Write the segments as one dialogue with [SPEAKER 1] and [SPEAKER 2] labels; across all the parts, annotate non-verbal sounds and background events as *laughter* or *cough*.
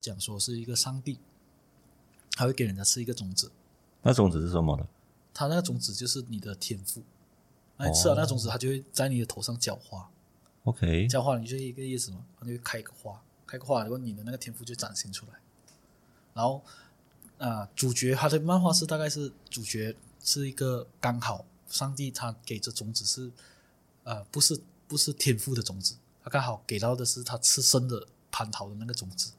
[SPEAKER 1] 讲说是一个上帝，他会给人家吃一个种子，
[SPEAKER 2] 那种子是什么呢？
[SPEAKER 1] 他那个种子就是你的天赋。那你吃了那种子，它就会在你的头上浇花，
[SPEAKER 2] OK，
[SPEAKER 1] 浇花你就一个叶子嘛，它就会开一个花，开个花，然后你的那个天赋就展现出来。然后啊、主角他的漫画是大概是主角是一个刚好上帝他给这种子是呃不是不是天赋的种子，他刚好给到的是他吃生的蟠桃的那个种子，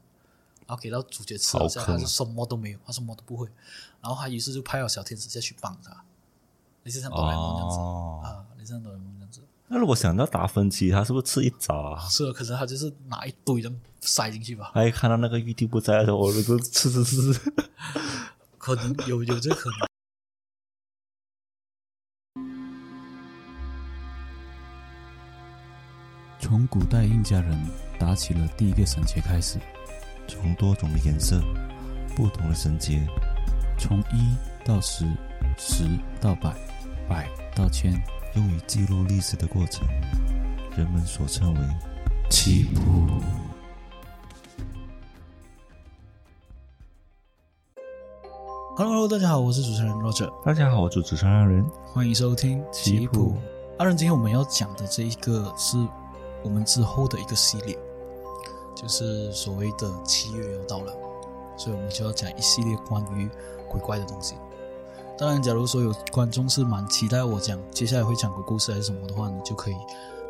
[SPEAKER 1] 然后给到主角吃了
[SPEAKER 2] 好
[SPEAKER 1] 下来，
[SPEAKER 2] 坑
[SPEAKER 1] 他
[SPEAKER 2] 啊
[SPEAKER 1] 是什么都没有，他什么都不会，然后他于是就派了小天使下去帮他，类似像哆啦 A 梦这样子、
[SPEAKER 2] 哦，
[SPEAKER 1] 啊，类似像哆啦 A 梦这样子。
[SPEAKER 2] 那如果想到达芬奇，他是不是吃一扎啊？
[SPEAKER 1] 是的，可是他就是拿一堆人塞进去吧，
[SPEAKER 2] 哎，看到那个玉帝不在的时候，我就吃吃吃吃。
[SPEAKER 1] 可能有有这个可能。
[SPEAKER 3] 从古代印加人打起了第一个绳结开始，
[SPEAKER 2] 从多种的颜色、不同的绳结，
[SPEAKER 3] 从一到十，十到百，百到千，
[SPEAKER 2] 哎用于记录历史的过程，人们所称为
[SPEAKER 3] 起步。
[SPEAKER 1] Hello Hello，大家好，我是主持人 Roger，
[SPEAKER 2] 大家好，我主持人让人
[SPEAKER 1] 欢迎收听
[SPEAKER 2] 棋谱。
[SPEAKER 1] 阿仁，今天我们要讲的这一个是我们之后的一个系列，就是所谓的七月要到了，所以我们就要讲一系列关于鬼怪的东西。当然，假如说有观众是蛮期待我讲接下来会讲鬼故事还是什么的话，你就可以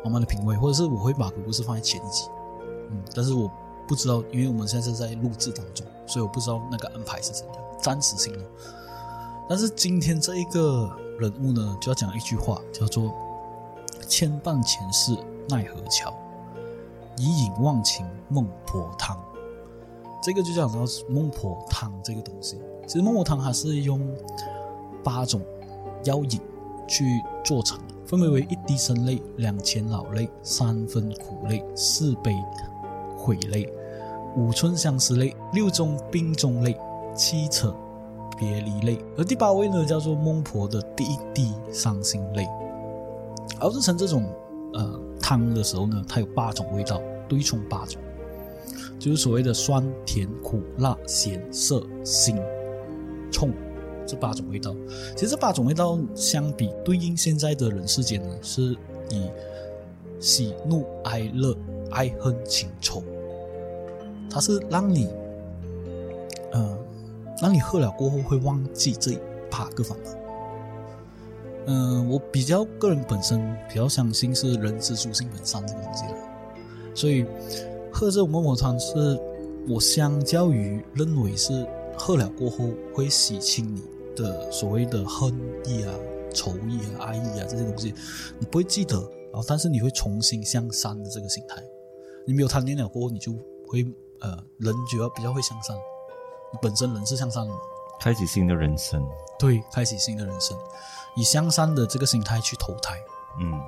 [SPEAKER 1] 慢慢的品味，或者是我会把鬼故事放在前一集，嗯，但是我不知道，因为我们现在是在录制当中，所以我不知道那个安排是怎样，暂时性的。但是今天这一个人物呢，就要讲一句话，叫做“千绊前世奈何桥，以饮忘情孟婆汤”。这个就讲到孟婆汤这个东西。其实孟婆汤它是用八种药引去做成的，分别为一滴参类、两钱老类、三分苦类、四杯毁类、五春相思类、六中冰中类、七扯别离类，而第八位呢叫做孟婆的第一滴伤心泪。熬制成这种呃汤的时候呢，它有八种味道，对冲八种，就是所谓的酸、甜、苦、辣、咸、涩、辛、冲这八种味道。其实这八种味道相比对应现在的人世间呢，是以喜怒哀乐、爱恨情仇，它是让你呃让你喝了过后会忘记这一趴各方面。嗯、我比较个人本身比较相信是人之初性本善这个东西的，所以喝这种孟婆汤是我相较于认为是喝了过后会洗清你的所谓的恨意啊、仇意啊、爱意啊这些东西，你不会记得，然后但是你会重新向善的这个心态。你没有贪恋了过后，你就会呃人觉得比较会向善，你本身人是向善的嘛。
[SPEAKER 2] 开启新的人生。
[SPEAKER 1] 对，开启新的人生，以向善的这个心态去投胎。
[SPEAKER 2] 嗯，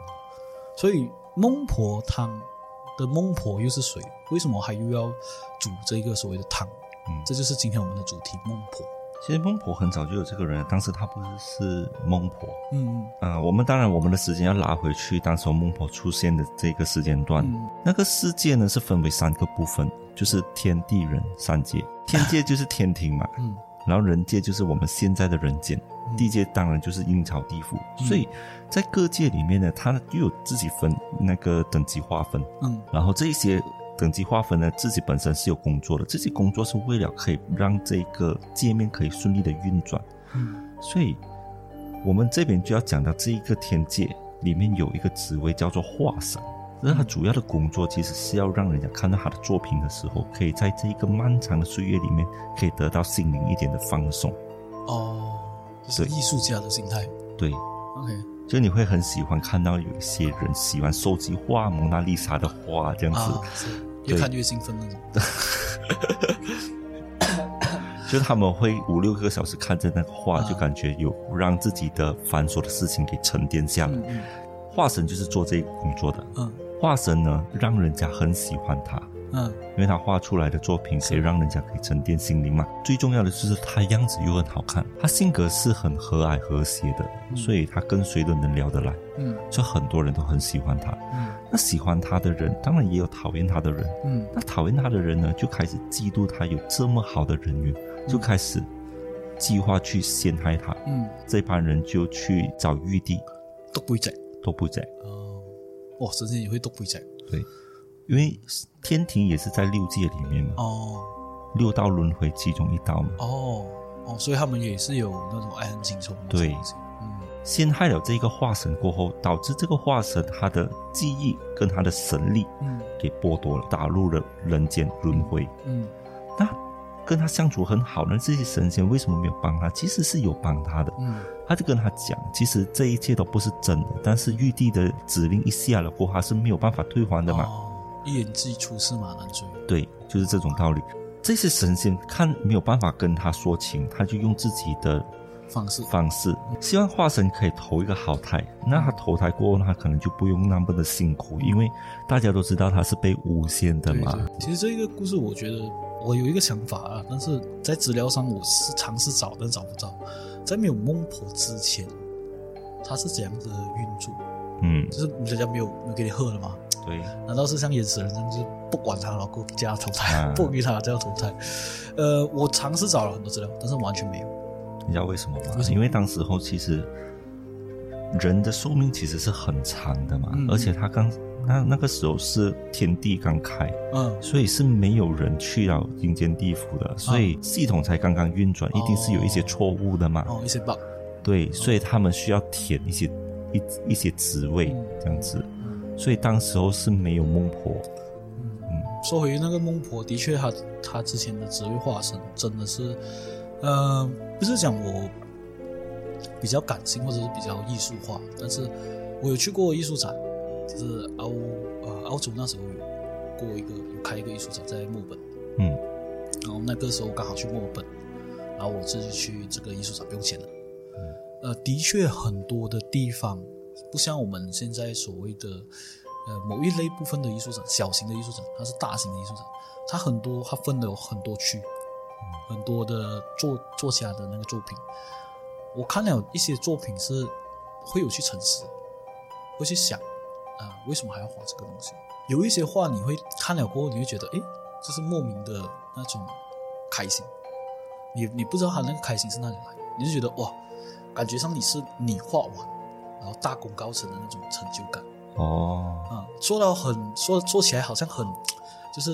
[SPEAKER 1] 所以孟婆汤的孟婆又是谁？为什么还又要煮这个所谓的汤？
[SPEAKER 2] 嗯
[SPEAKER 1] 这就是今天我们的主题孟婆。
[SPEAKER 2] 其实孟婆很早就有这个人，当时她不是是孟婆。
[SPEAKER 1] 嗯
[SPEAKER 2] 啊、我们当然我们的时间要拉回去，当时孟婆出现的这个时间段。
[SPEAKER 1] 嗯
[SPEAKER 2] 那个世界呢是分为三个部分，就是天地人三界。天界就是天庭
[SPEAKER 1] *laughs*
[SPEAKER 2] 嘛，
[SPEAKER 1] 嗯
[SPEAKER 2] 然后人界就是我们现在的人间，
[SPEAKER 1] 嗯
[SPEAKER 2] 地界当然就是阴曹地府。
[SPEAKER 1] 嗯
[SPEAKER 2] 所以在各界里面呢，它又有自己分那个等级划分，
[SPEAKER 1] 嗯
[SPEAKER 2] 然后这一些等级划分呢，自己本身是有工作的，这些工作是为了可以让这个界面可以顺利的运转。
[SPEAKER 1] 嗯
[SPEAKER 2] 所以我们这边就要讲到这一个天界里面有一个职位叫做画神，那他主要的工作其实是要让人家看到他的作品的时候，可以在这一个漫长的岁月里面，可以得到心灵一点的放松。
[SPEAKER 1] 哦，就是
[SPEAKER 2] 对
[SPEAKER 1] 艺术家的心态。
[SPEAKER 2] 对，
[SPEAKER 1] OK，
[SPEAKER 2] 就你会很喜欢看到有一些人喜欢收集画蒙娜丽莎的画这样子，
[SPEAKER 1] 啊，是越
[SPEAKER 2] 对
[SPEAKER 1] 看越兴奋那种。
[SPEAKER 2] 就他们会五六个小时看着那个画，
[SPEAKER 1] 啊
[SPEAKER 2] 就感觉有让自己的繁琐的事情给沉淀下来。
[SPEAKER 1] 嗯嗯
[SPEAKER 2] 画神就是做这个工作的，
[SPEAKER 1] 嗯
[SPEAKER 2] 画神呢，让人家很喜欢他，
[SPEAKER 1] 嗯嗯
[SPEAKER 2] 因为他画出来的作品可以让人家可以沉淀心灵嘛。最重要的就是他样子又很好看，他性格是很和蔼和谐的，所以他跟谁都能聊得来，
[SPEAKER 1] 嗯
[SPEAKER 2] 所以很多人都很喜欢他。
[SPEAKER 1] 嗯
[SPEAKER 2] 那喜欢他的人，当然也有讨厌他的人。
[SPEAKER 1] 嗯
[SPEAKER 2] 那讨厌他的人呢，就开始嫉妒他有这么好的人缘，就开始计划去陷害他。
[SPEAKER 1] 嗯，
[SPEAKER 2] 这帮人就去找玉帝
[SPEAKER 1] 都不会仔，
[SPEAKER 2] 都不在，
[SPEAKER 1] 哦，哇，神仙也会都不会仔
[SPEAKER 2] 因为天庭也是在六界里面嘛，
[SPEAKER 1] 哦
[SPEAKER 2] 六道轮回其中一道嘛。
[SPEAKER 1] 哦哦，所以他们也是有那种爱恨情仇的
[SPEAKER 2] 对
[SPEAKER 1] 东西，嗯
[SPEAKER 2] 陷害了这个化神过后，导致这个化神他的记忆跟他的神力
[SPEAKER 1] 嗯
[SPEAKER 2] 给剥夺了，打入了人间轮回。
[SPEAKER 1] 嗯
[SPEAKER 2] 那跟他相处很好呢，这些神仙为什么没有帮他？其实是有帮他的，
[SPEAKER 1] 嗯
[SPEAKER 2] 他就跟他讲，其实这一切都不是真的，但是玉帝的指令一下了过后，他是没有办法退还的嘛。
[SPEAKER 1] 哦，一言既出，驷马难追，
[SPEAKER 2] 对，就是这种道理。这些神仙看没有办法跟他说情，他就用自己的
[SPEAKER 1] 方式
[SPEAKER 2] 方式，希望化神可以投一个好胎。那他投胎过后，他可能就不用那么的辛苦，因为大家都知道他是被诬陷的
[SPEAKER 1] 对
[SPEAKER 2] 嘛。
[SPEAKER 1] 对，其实这个故事，我觉得我有一个想法啊，但是在资料上我是尝试找，但找不到。在没有孟婆之前，它是怎样的运作？
[SPEAKER 2] 嗯，
[SPEAKER 1] 就是人家没有没有给你喝了吗？
[SPEAKER 2] 对，
[SPEAKER 1] 难道是像原始人这样，就是不管他，然后加投胎，
[SPEAKER 2] 啊
[SPEAKER 1] 不理他就要投胎？呃，我尝试找了很多资料，但是完全没有。
[SPEAKER 2] 你知道为什么吗
[SPEAKER 1] 为什？么
[SPEAKER 2] 因为当时候其实人的寿命其实是很长的嘛，
[SPEAKER 1] 嗯
[SPEAKER 2] 而且他刚那那个时候是天地刚开，
[SPEAKER 1] 嗯，
[SPEAKER 2] 所以是没有人去了阴间地府
[SPEAKER 1] 啊
[SPEAKER 2] 的，所以系统才刚刚运转，一定是有一些错误的嘛。
[SPEAKER 1] 哦，一些 bug，
[SPEAKER 2] 对，所以他们需要填一些一一些职位
[SPEAKER 1] 嗯
[SPEAKER 2] 这样子，
[SPEAKER 1] 嗯
[SPEAKER 2] 所以当时候是没有孟婆，
[SPEAKER 1] 嗯，说回那个孟婆，的确她，她之前的职位化身真的是，呃，不是讲我比较感性或者是比较艺术化，但是我有去过艺术展，就是澳呃澳洲那时候有过一个有开一个艺术展在墨尔本，
[SPEAKER 2] 嗯
[SPEAKER 1] 然后那个时候刚好去墨尔本，然后我自己去这个艺术展不用钱的。呃，的确很多的地方不像我们现在所谓的呃某一类部分的艺术展，小型的艺术展，它是大型的艺术展，它很多它分了有很多区，很多的作作家的那个作品，我看了有一些作品是会有去沉思，会去想啊、为什么还要画这个东西？有一些画你会看了过后，你会觉得，诶，这是莫名的那种开心，你你不知道他那个开心是哪里来的，你就觉得哇，感觉上你是你画完，然后大功告成的那种成就感
[SPEAKER 2] 哦，
[SPEAKER 1] 啊、做到很说做起来好像很，就是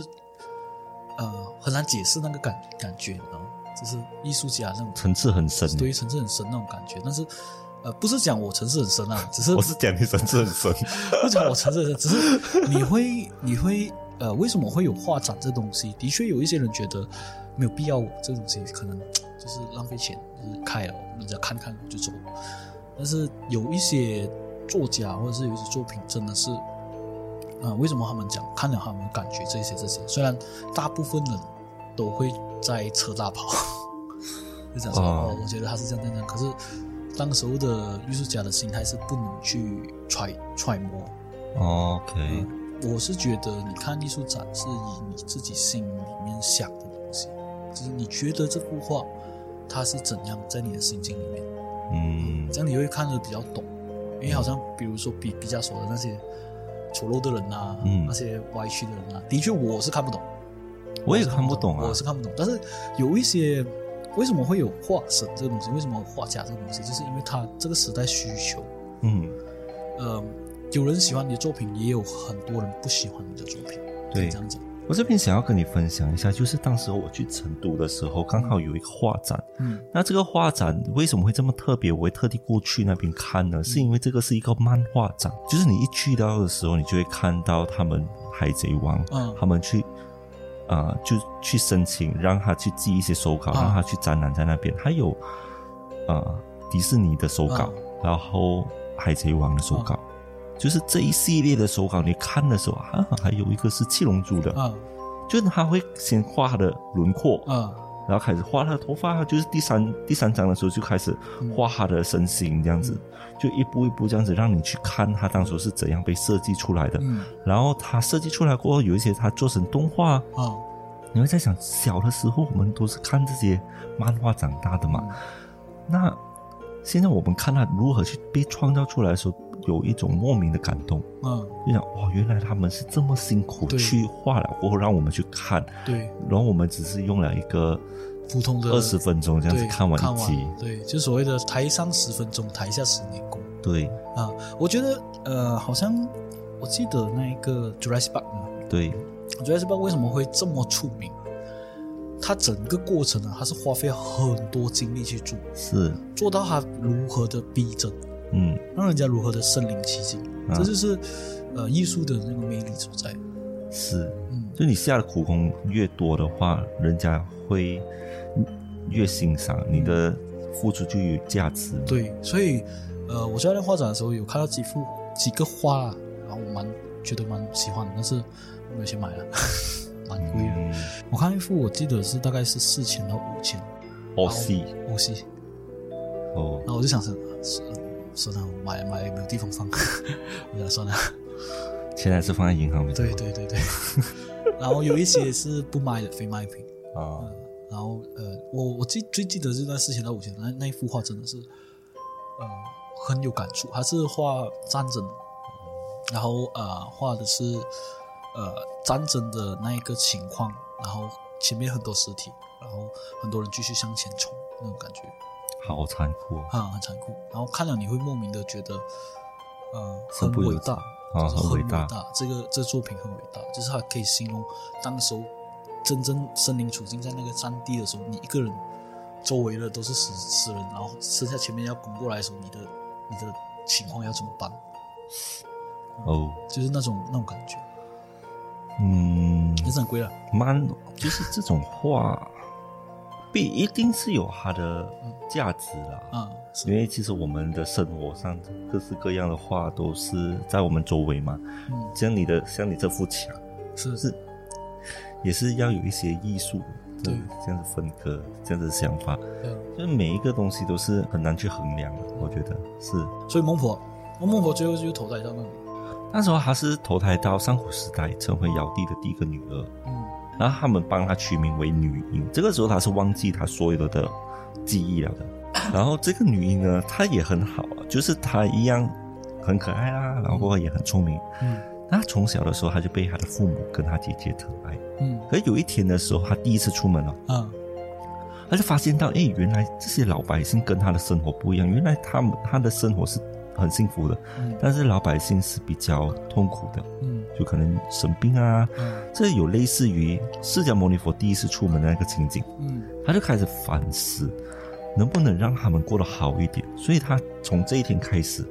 [SPEAKER 1] 呃很难解释那个感感觉，然后就是艺术家那种
[SPEAKER 2] 层次很深，
[SPEAKER 1] 对于层次很深那种感觉，但是。呃，不是讲我层次很深啊，只是
[SPEAKER 2] *laughs* 我是讲你层次很深，
[SPEAKER 1] 不讲我承认的，只是你会你会呃，为什么会有画展这东西？的确有一些人觉得没有必要，这东西可能就是浪费钱，就是开了人家看看就走。但是有一些作家或者是有一些作品真的是，啊、呃为什么他们讲看了他们感觉这些这些？虽然大部分人都会在车大炮， *laughs* 就讲说
[SPEAKER 2] 哦
[SPEAKER 1] 哦，我觉得他是这样这样这样，可是。当时候的艺术家的心态是不能去揣揣摩，
[SPEAKER 2] 哦，OK，
[SPEAKER 1] 我是觉得，你看艺术展是以你自己心里面想的东西，就是你觉得这幅画它是怎样在你的心境里面，
[SPEAKER 2] 嗯
[SPEAKER 1] 这样你会看得比较懂。因为好像比如说毕毕加索的那些丑陋的人啊，
[SPEAKER 2] 嗯
[SPEAKER 1] 那些歪曲的人啊，的确我是看不懂，
[SPEAKER 2] 我也看不懂啊
[SPEAKER 1] 我是看不懂。但是有一些为什么会有画神这个东西，为什么有画家这个东西，就是因为他这个时代需求，
[SPEAKER 2] 嗯，
[SPEAKER 1] 呃，有人喜欢你的作品，也有很多人不喜欢你的作品，
[SPEAKER 2] 对
[SPEAKER 1] 这样讲，
[SPEAKER 2] 我这边想要跟你分享一下，就是当时候我去成都的时候，刚好有一个画展，
[SPEAKER 1] 嗯。
[SPEAKER 2] 那这个画展为什么会这么特别？我会特地过去那边看呢，是因为这个是一个漫画展，就是你一去到的时候，你就会看到他们海贼王，
[SPEAKER 1] 嗯
[SPEAKER 2] 他们去。啊、就去申请，让他去寄一些手稿，
[SPEAKER 1] 啊
[SPEAKER 2] 让他去展览在那边。还有，呃，迪士尼的手
[SPEAKER 1] 啊
[SPEAKER 2] 稿，然后海贼王的手稿，就是这一系列的手稿。你看的时候啊，还有一个是七龙珠的，
[SPEAKER 1] 啊
[SPEAKER 2] 就是他会先画他的轮廓，
[SPEAKER 1] 啊
[SPEAKER 2] 然后开始画他的头发，就是第三第三章的时候就开始画他的身形，这样子，
[SPEAKER 1] 嗯
[SPEAKER 2] 就一步一步这样子让你去看他当初是怎样被设计出来的。
[SPEAKER 1] 嗯
[SPEAKER 2] 然后他设计出来过后，有一些他做成动画，
[SPEAKER 1] 哦，
[SPEAKER 2] 你会在想，小的时候我们都是看这些漫画长大
[SPEAKER 1] 嗯
[SPEAKER 2] 的嘛，那现在我们看他如何去被创造出来的时候，有一种莫名的感动。
[SPEAKER 1] 嗯，
[SPEAKER 2] 就想哦，原来他们是这么辛苦
[SPEAKER 1] 对
[SPEAKER 2] 去画了过后，让我们去看，
[SPEAKER 1] 对，
[SPEAKER 2] 然后我们只是用了一个
[SPEAKER 1] 普通的
[SPEAKER 2] 二十分钟这样子
[SPEAKER 1] 对，
[SPEAKER 2] 看完一集，
[SPEAKER 1] 对，就所谓的台上十分钟，台下十年功
[SPEAKER 2] 对
[SPEAKER 1] 啊。我觉得呃，好像我记得那一个 Jurassic Park 嘛
[SPEAKER 2] 对
[SPEAKER 1] Jurassic Park 为什么会这么出名？它整个过程呢，它是花费很多精力去做，
[SPEAKER 2] 是，
[SPEAKER 1] 做到它如何的逼真，
[SPEAKER 2] 嗯
[SPEAKER 1] 让人家如何的身临其境，
[SPEAKER 2] 啊
[SPEAKER 1] 这就是呃艺术的那个魅力所在。
[SPEAKER 2] 是，
[SPEAKER 1] 嗯，
[SPEAKER 2] 就你下的苦功越多的话，人家会越欣赏你的付出就有价值，
[SPEAKER 1] 对，所以呃，我在那画展的时候有看到几幅几个画啊，然后我蛮觉得蛮喜欢的，但是我没有钱买了， *laughs* 蛮贵的。
[SPEAKER 2] 嗯，
[SPEAKER 1] 我看一幅，我记得是大概是四千到五千
[SPEAKER 2] 哦戏
[SPEAKER 1] 欧西，
[SPEAKER 2] 哦
[SPEAKER 1] 然，后我就想说，算算了，我买买也没有地方放， *laughs* 我想算了，
[SPEAKER 2] 钱还是放在银行比较
[SPEAKER 1] 对
[SPEAKER 2] 好
[SPEAKER 1] 对对对。 *laughs* 然后有一些是不卖的，非卖品。
[SPEAKER 2] 啊，
[SPEAKER 1] 然后呃，我我记最记得是在四千到五千，那那一幅画真的是，呃，很有感触。它是画战争的，然后呃，画的是呃战争的那一个情况，然后前面很多尸体，然后很多人继续向前冲那种感觉
[SPEAKER 2] 好残酷哦，
[SPEAKER 1] 啊，很残酷。然后看了你会莫名的觉得，呃，
[SPEAKER 2] 身
[SPEAKER 1] 很
[SPEAKER 2] 不由
[SPEAKER 1] 伟
[SPEAKER 2] 己
[SPEAKER 1] 大，
[SPEAKER 2] 啊
[SPEAKER 1] 就是
[SPEAKER 2] 很
[SPEAKER 1] 很
[SPEAKER 2] 伟
[SPEAKER 1] 伟
[SPEAKER 2] 大
[SPEAKER 1] 这个这作品很伟大，就是它可以形容当时候真正身临处境在那个战地的时候，你一个人，周围的都是死死人，然后剩下前面要滚过来的时候，你的你的情况要怎么办？
[SPEAKER 2] 哦，
[SPEAKER 1] 就是那种那种感觉，
[SPEAKER 2] 嗯，
[SPEAKER 1] 也是很贵了。
[SPEAKER 2] 蛮就是这种话，必一定是有它的价值啦。
[SPEAKER 1] 啊、是
[SPEAKER 2] 因为其实我们的生活上各式各样的话都是在我们周围嘛，
[SPEAKER 1] 嗯
[SPEAKER 2] 像你的像你这幅墙
[SPEAKER 1] 是
[SPEAKER 2] 是也是要有一些艺术，
[SPEAKER 1] 对
[SPEAKER 2] 这样子分割，这样子想法，
[SPEAKER 1] 对
[SPEAKER 2] 就是每一个东西都是很难去衡量的，我觉得是。
[SPEAKER 1] 所以孟婆，孟婆最后就投胎到那里，
[SPEAKER 2] 那时候她是投胎到上古时代，成为尧帝的第一个女儿，
[SPEAKER 1] 嗯
[SPEAKER 2] 然后他们帮他取名为女婴。这个时候他是忘记他所有的记忆了的。然后这个女婴呢，她也很好啊，就是她一样很可爱啦，然后过后也很聪明。
[SPEAKER 1] 嗯
[SPEAKER 2] 那她从小的时候，她就被她的父母跟她姐姐疼爱。
[SPEAKER 1] 嗯
[SPEAKER 2] 可是有一天的时候，她第一次出门了，
[SPEAKER 1] 啊
[SPEAKER 2] 她就发现到，哎，原来这些老百姓跟她的生活不一样，原来他们她的生活是很幸福的，
[SPEAKER 1] 嗯
[SPEAKER 2] 但是老百姓是比较痛苦的，
[SPEAKER 1] 嗯
[SPEAKER 2] 就可能生病啊，
[SPEAKER 1] 嗯
[SPEAKER 2] 这有类似于释迦牟尼佛第一次出门的那个情景，
[SPEAKER 1] 嗯
[SPEAKER 2] 他就开始反思，能不能让他们过得好一点。所以他从这一天开始，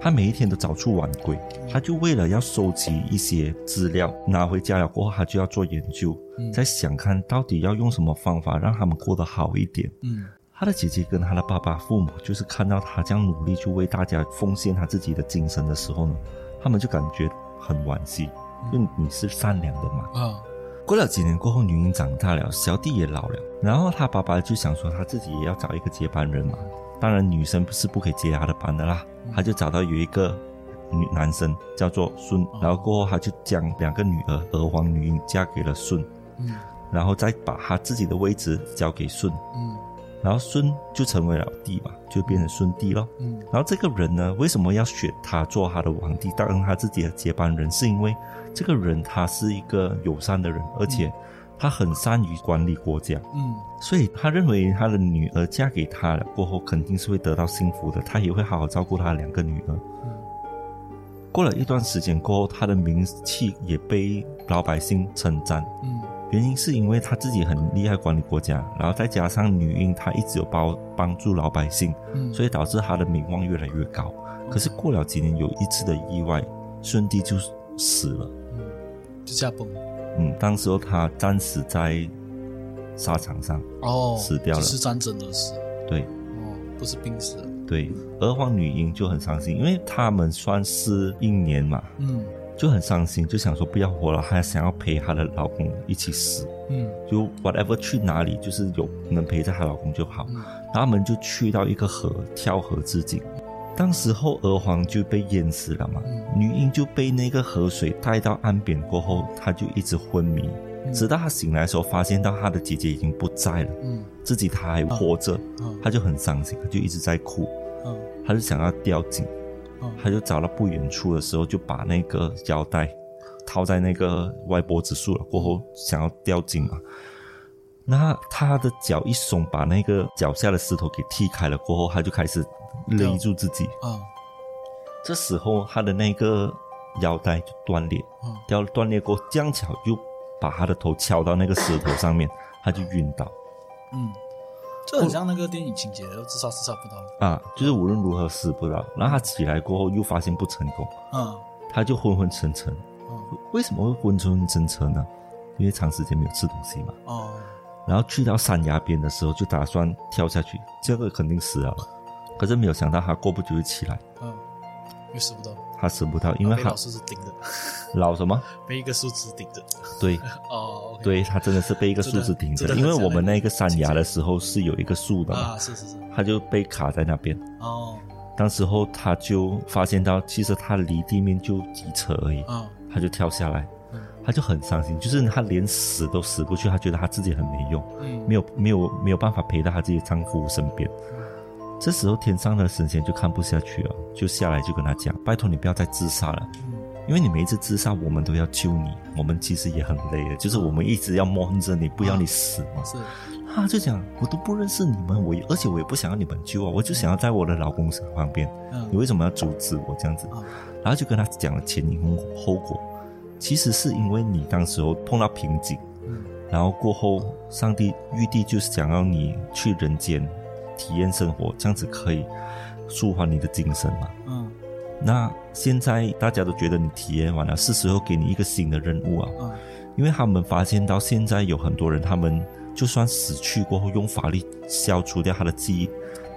[SPEAKER 2] 他每一天都早出晚归，他就为了要收集一些资料，拿回家了过后，他就要做研究，
[SPEAKER 1] 嗯
[SPEAKER 2] 在想看到底要用什么方法让他们过得好一点。
[SPEAKER 1] 嗯
[SPEAKER 2] 他的姐姐跟他的爸爸、父母，就是看到他这样努力去为大家奉献他自己的精神的时候呢，他们就感觉很惋惜，因为你是善良的嘛。
[SPEAKER 1] 啊
[SPEAKER 2] 过了几年过后，女婴长大了，小弟也老了，然后他爸爸就想说他自己也要找一个接班人嘛。当然，女生是不可以接他的班的啦，他就找到有一个女男生叫做舜，然后过后他就将两个女儿娥皇女婴嫁给了舜，
[SPEAKER 1] 嗯
[SPEAKER 2] 然后再把他自己的位置交给舜，
[SPEAKER 1] 嗯
[SPEAKER 2] 然后舜就成为了帝嘛，就变成舜帝咯。
[SPEAKER 1] 嗯
[SPEAKER 2] 然后这个人呢，为什么要选他做他的皇帝，当他自己的接班人？是因为这个人他是一个友善的人，而且他很善于管理国家，
[SPEAKER 1] 嗯
[SPEAKER 2] 所以他认为他的女儿嫁给他了过后，肯定是会得到幸福的，他也会好好照顾他的两个女儿。
[SPEAKER 1] 嗯
[SPEAKER 2] 过了一段时间过后，他的名气也被老百姓称赞，
[SPEAKER 1] 嗯
[SPEAKER 2] 原因是因为他自己很厉害管理国家，然后再加上女婴她一直有帮帮助老百姓，
[SPEAKER 1] 嗯，
[SPEAKER 2] 所以导致他的名望越来越高。可是过了几年，有一次的意外，舜帝就死了。
[SPEAKER 1] 嗯，就驾崩
[SPEAKER 2] 嗯，当时候他战死在沙场上。
[SPEAKER 1] 哦，
[SPEAKER 2] 死掉
[SPEAKER 1] 就
[SPEAKER 2] 了
[SPEAKER 1] 是战争而死
[SPEAKER 2] 对
[SPEAKER 1] 哦，不是病死了。
[SPEAKER 2] 对，娥皇女英就很伤心，因为他们算是英年嘛，
[SPEAKER 1] 嗯
[SPEAKER 2] 就很伤心，就想说不要活了，还想要陪她的老公一起死。
[SPEAKER 1] 嗯
[SPEAKER 2] 就 whatever 去哪里，就是有能陪着她老公就好。
[SPEAKER 1] 嗯
[SPEAKER 2] 然后他们就去到一个河跳河自尽。当时候娥皇就被淹死了嘛，
[SPEAKER 1] 嗯
[SPEAKER 2] 女婴就被那个河水带到岸边过后，她就一直昏迷，
[SPEAKER 1] 嗯
[SPEAKER 2] 直到她醒来的时候，发现到她的姐姐已经不在了，
[SPEAKER 1] 嗯
[SPEAKER 2] 自己她还活着，
[SPEAKER 1] 嗯
[SPEAKER 2] 她就很伤心，她就一直在哭，
[SPEAKER 1] 嗯
[SPEAKER 2] 她就想要吊颈，
[SPEAKER 1] 嗯
[SPEAKER 2] 她就找到不远处的时候，就把那个腰带套在那个歪脖子处了，过后想要吊颈嘛。那她的脚一松，把那个脚下的石头给踢开了，过后她就开始勒住自己。
[SPEAKER 1] 啊
[SPEAKER 2] 这时候她的那个腰带就断裂，
[SPEAKER 1] 啊
[SPEAKER 2] 腰断裂过，正巧又把她的头敲到那个石头上面，她就晕倒。
[SPEAKER 1] 嗯，这很像那个电影情节，就自杀自杀不到。
[SPEAKER 2] 啊，就是无论如何死不了。然后她起来过后又发现不成功，
[SPEAKER 1] 嗯
[SPEAKER 2] 她就昏昏沉沉。
[SPEAKER 1] 嗯
[SPEAKER 2] 为什么会昏昏沉沉呢？因为长时间没有吃东西嘛。
[SPEAKER 1] 哦，
[SPEAKER 2] 然后去到山崖边的时候，就打算跳下去，这个肯定死了。可是没有想到，他过不久就起来，
[SPEAKER 1] 嗯，又死不到，
[SPEAKER 2] 他死不到，因为
[SPEAKER 1] 被
[SPEAKER 2] 他
[SPEAKER 1] 老树枝顶着，
[SPEAKER 2] 老什么？
[SPEAKER 1] 被一个树枝顶着。
[SPEAKER 2] 对
[SPEAKER 1] 哦，OK，
[SPEAKER 2] 对，他真的是被一个树枝顶
[SPEAKER 1] 真
[SPEAKER 2] 着
[SPEAKER 1] 的，
[SPEAKER 2] 因为我们那个山崖的时候是有一个树的嘛，
[SPEAKER 1] 啊，是是是，
[SPEAKER 2] 他就被卡在那边。
[SPEAKER 1] 哦
[SPEAKER 2] 当时候他就发现到，其实他离地面就几尺而已，
[SPEAKER 1] 啊
[SPEAKER 2] 他就跳下来
[SPEAKER 1] 嗯，
[SPEAKER 2] 他就很伤心，就是他连死都死不去，他觉得他自己很没用。
[SPEAKER 1] 嗯，
[SPEAKER 2] 没
[SPEAKER 1] 有
[SPEAKER 2] 有没有没有办法陪到她自己的丈夫身边。这时候天上的神仙就看不下去了，就下来就跟她讲：“拜托你不要再自杀了，因为你每一次自杀，我们都要救你，我们其实也很累的，就是我们一直要蒙着你，不要你死嘛。
[SPEAKER 1] 是
[SPEAKER 2] 她就讲：“我都不认识你们，我也而且我也不想要你们救啊，我就想要在我的老公身旁边，你
[SPEAKER 1] 嗯
[SPEAKER 2] 为什么要阻止我这样子？”
[SPEAKER 1] 啊
[SPEAKER 2] 然后就跟她讲了前因后果，其实是因为你当时候碰到瓶颈。
[SPEAKER 1] 嗯
[SPEAKER 2] 然后过后，上帝玉帝就是想要你去人间体验生活，这样子可以舒缓你的精神嘛。
[SPEAKER 1] 嗯
[SPEAKER 2] 那现在大家都觉得你体验完了，是时候给你一个新的任务啊，
[SPEAKER 1] 啊
[SPEAKER 2] 因为他们发现到现在有很多人，他们就算死去过后用法力消除掉他的记忆，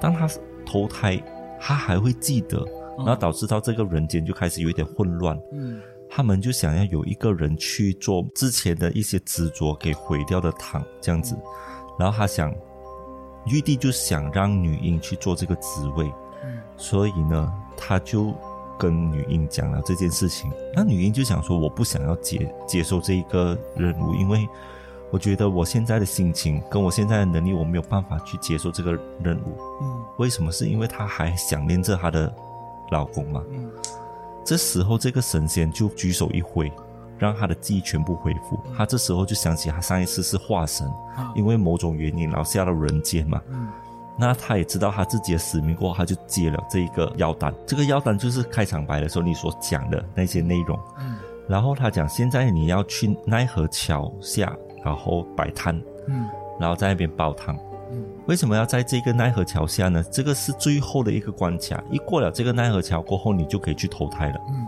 [SPEAKER 2] 当他投胎，他还会记得，然后导致到这个人间就开始有一点混乱。
[SPEAKER 1] 嗯
[SPEAKER 2] 他们就想要有一个人去做之前的一些执着给毁掉的糖这样子，然后他想，玉帝就想让女婴去做这个职位，
[SPEAKER 1] 嗯
[SPEAKER 2] 所以呢，他就跟女婴讲了这件事情。那女婴就想说，我不想要接接受这一个任务，因为我觉得我现在的心情跟我现在的能力，我没有办法去接受这个任务。
[SPEAKER 1] 嗯
[SPEAKER 2] 为什么？是因为她还想念着她的老公嘛？
[SPEAKER 1] 嗯
[SPEAKER 2] 这时候，这个神仙就举手一挥，让他的记忆全部恢复。他这时候就想起他上一次是化神，
[SPEAKER 1] 啊
[SPEAKER 2] 因为某种原因，然后下到人间嘛。
[SPEAKER 1] 嗯
[SPEAKER 2] 那他也知道他自己的使命过后，他就接了这一个药单。这个药单就是开场白的时候你所讲的那些内容。
[SPEAKER 1] 嗯
[SPEAKER 2] 然后他讲，现在你要去奈何桥下，然后摆摊，
[SPEAKER 1] 嗯
[SPEAKER 2] 然后在那边煲汤。
[SPEAKER 1] 嗯
[SPEAKER 2] 为什么要在这个奈何桥下呢？这个是最后的一个关卡，一过了这个奈何桥过后，你就可以去投胎了。
[SPEAKER 1] 嗯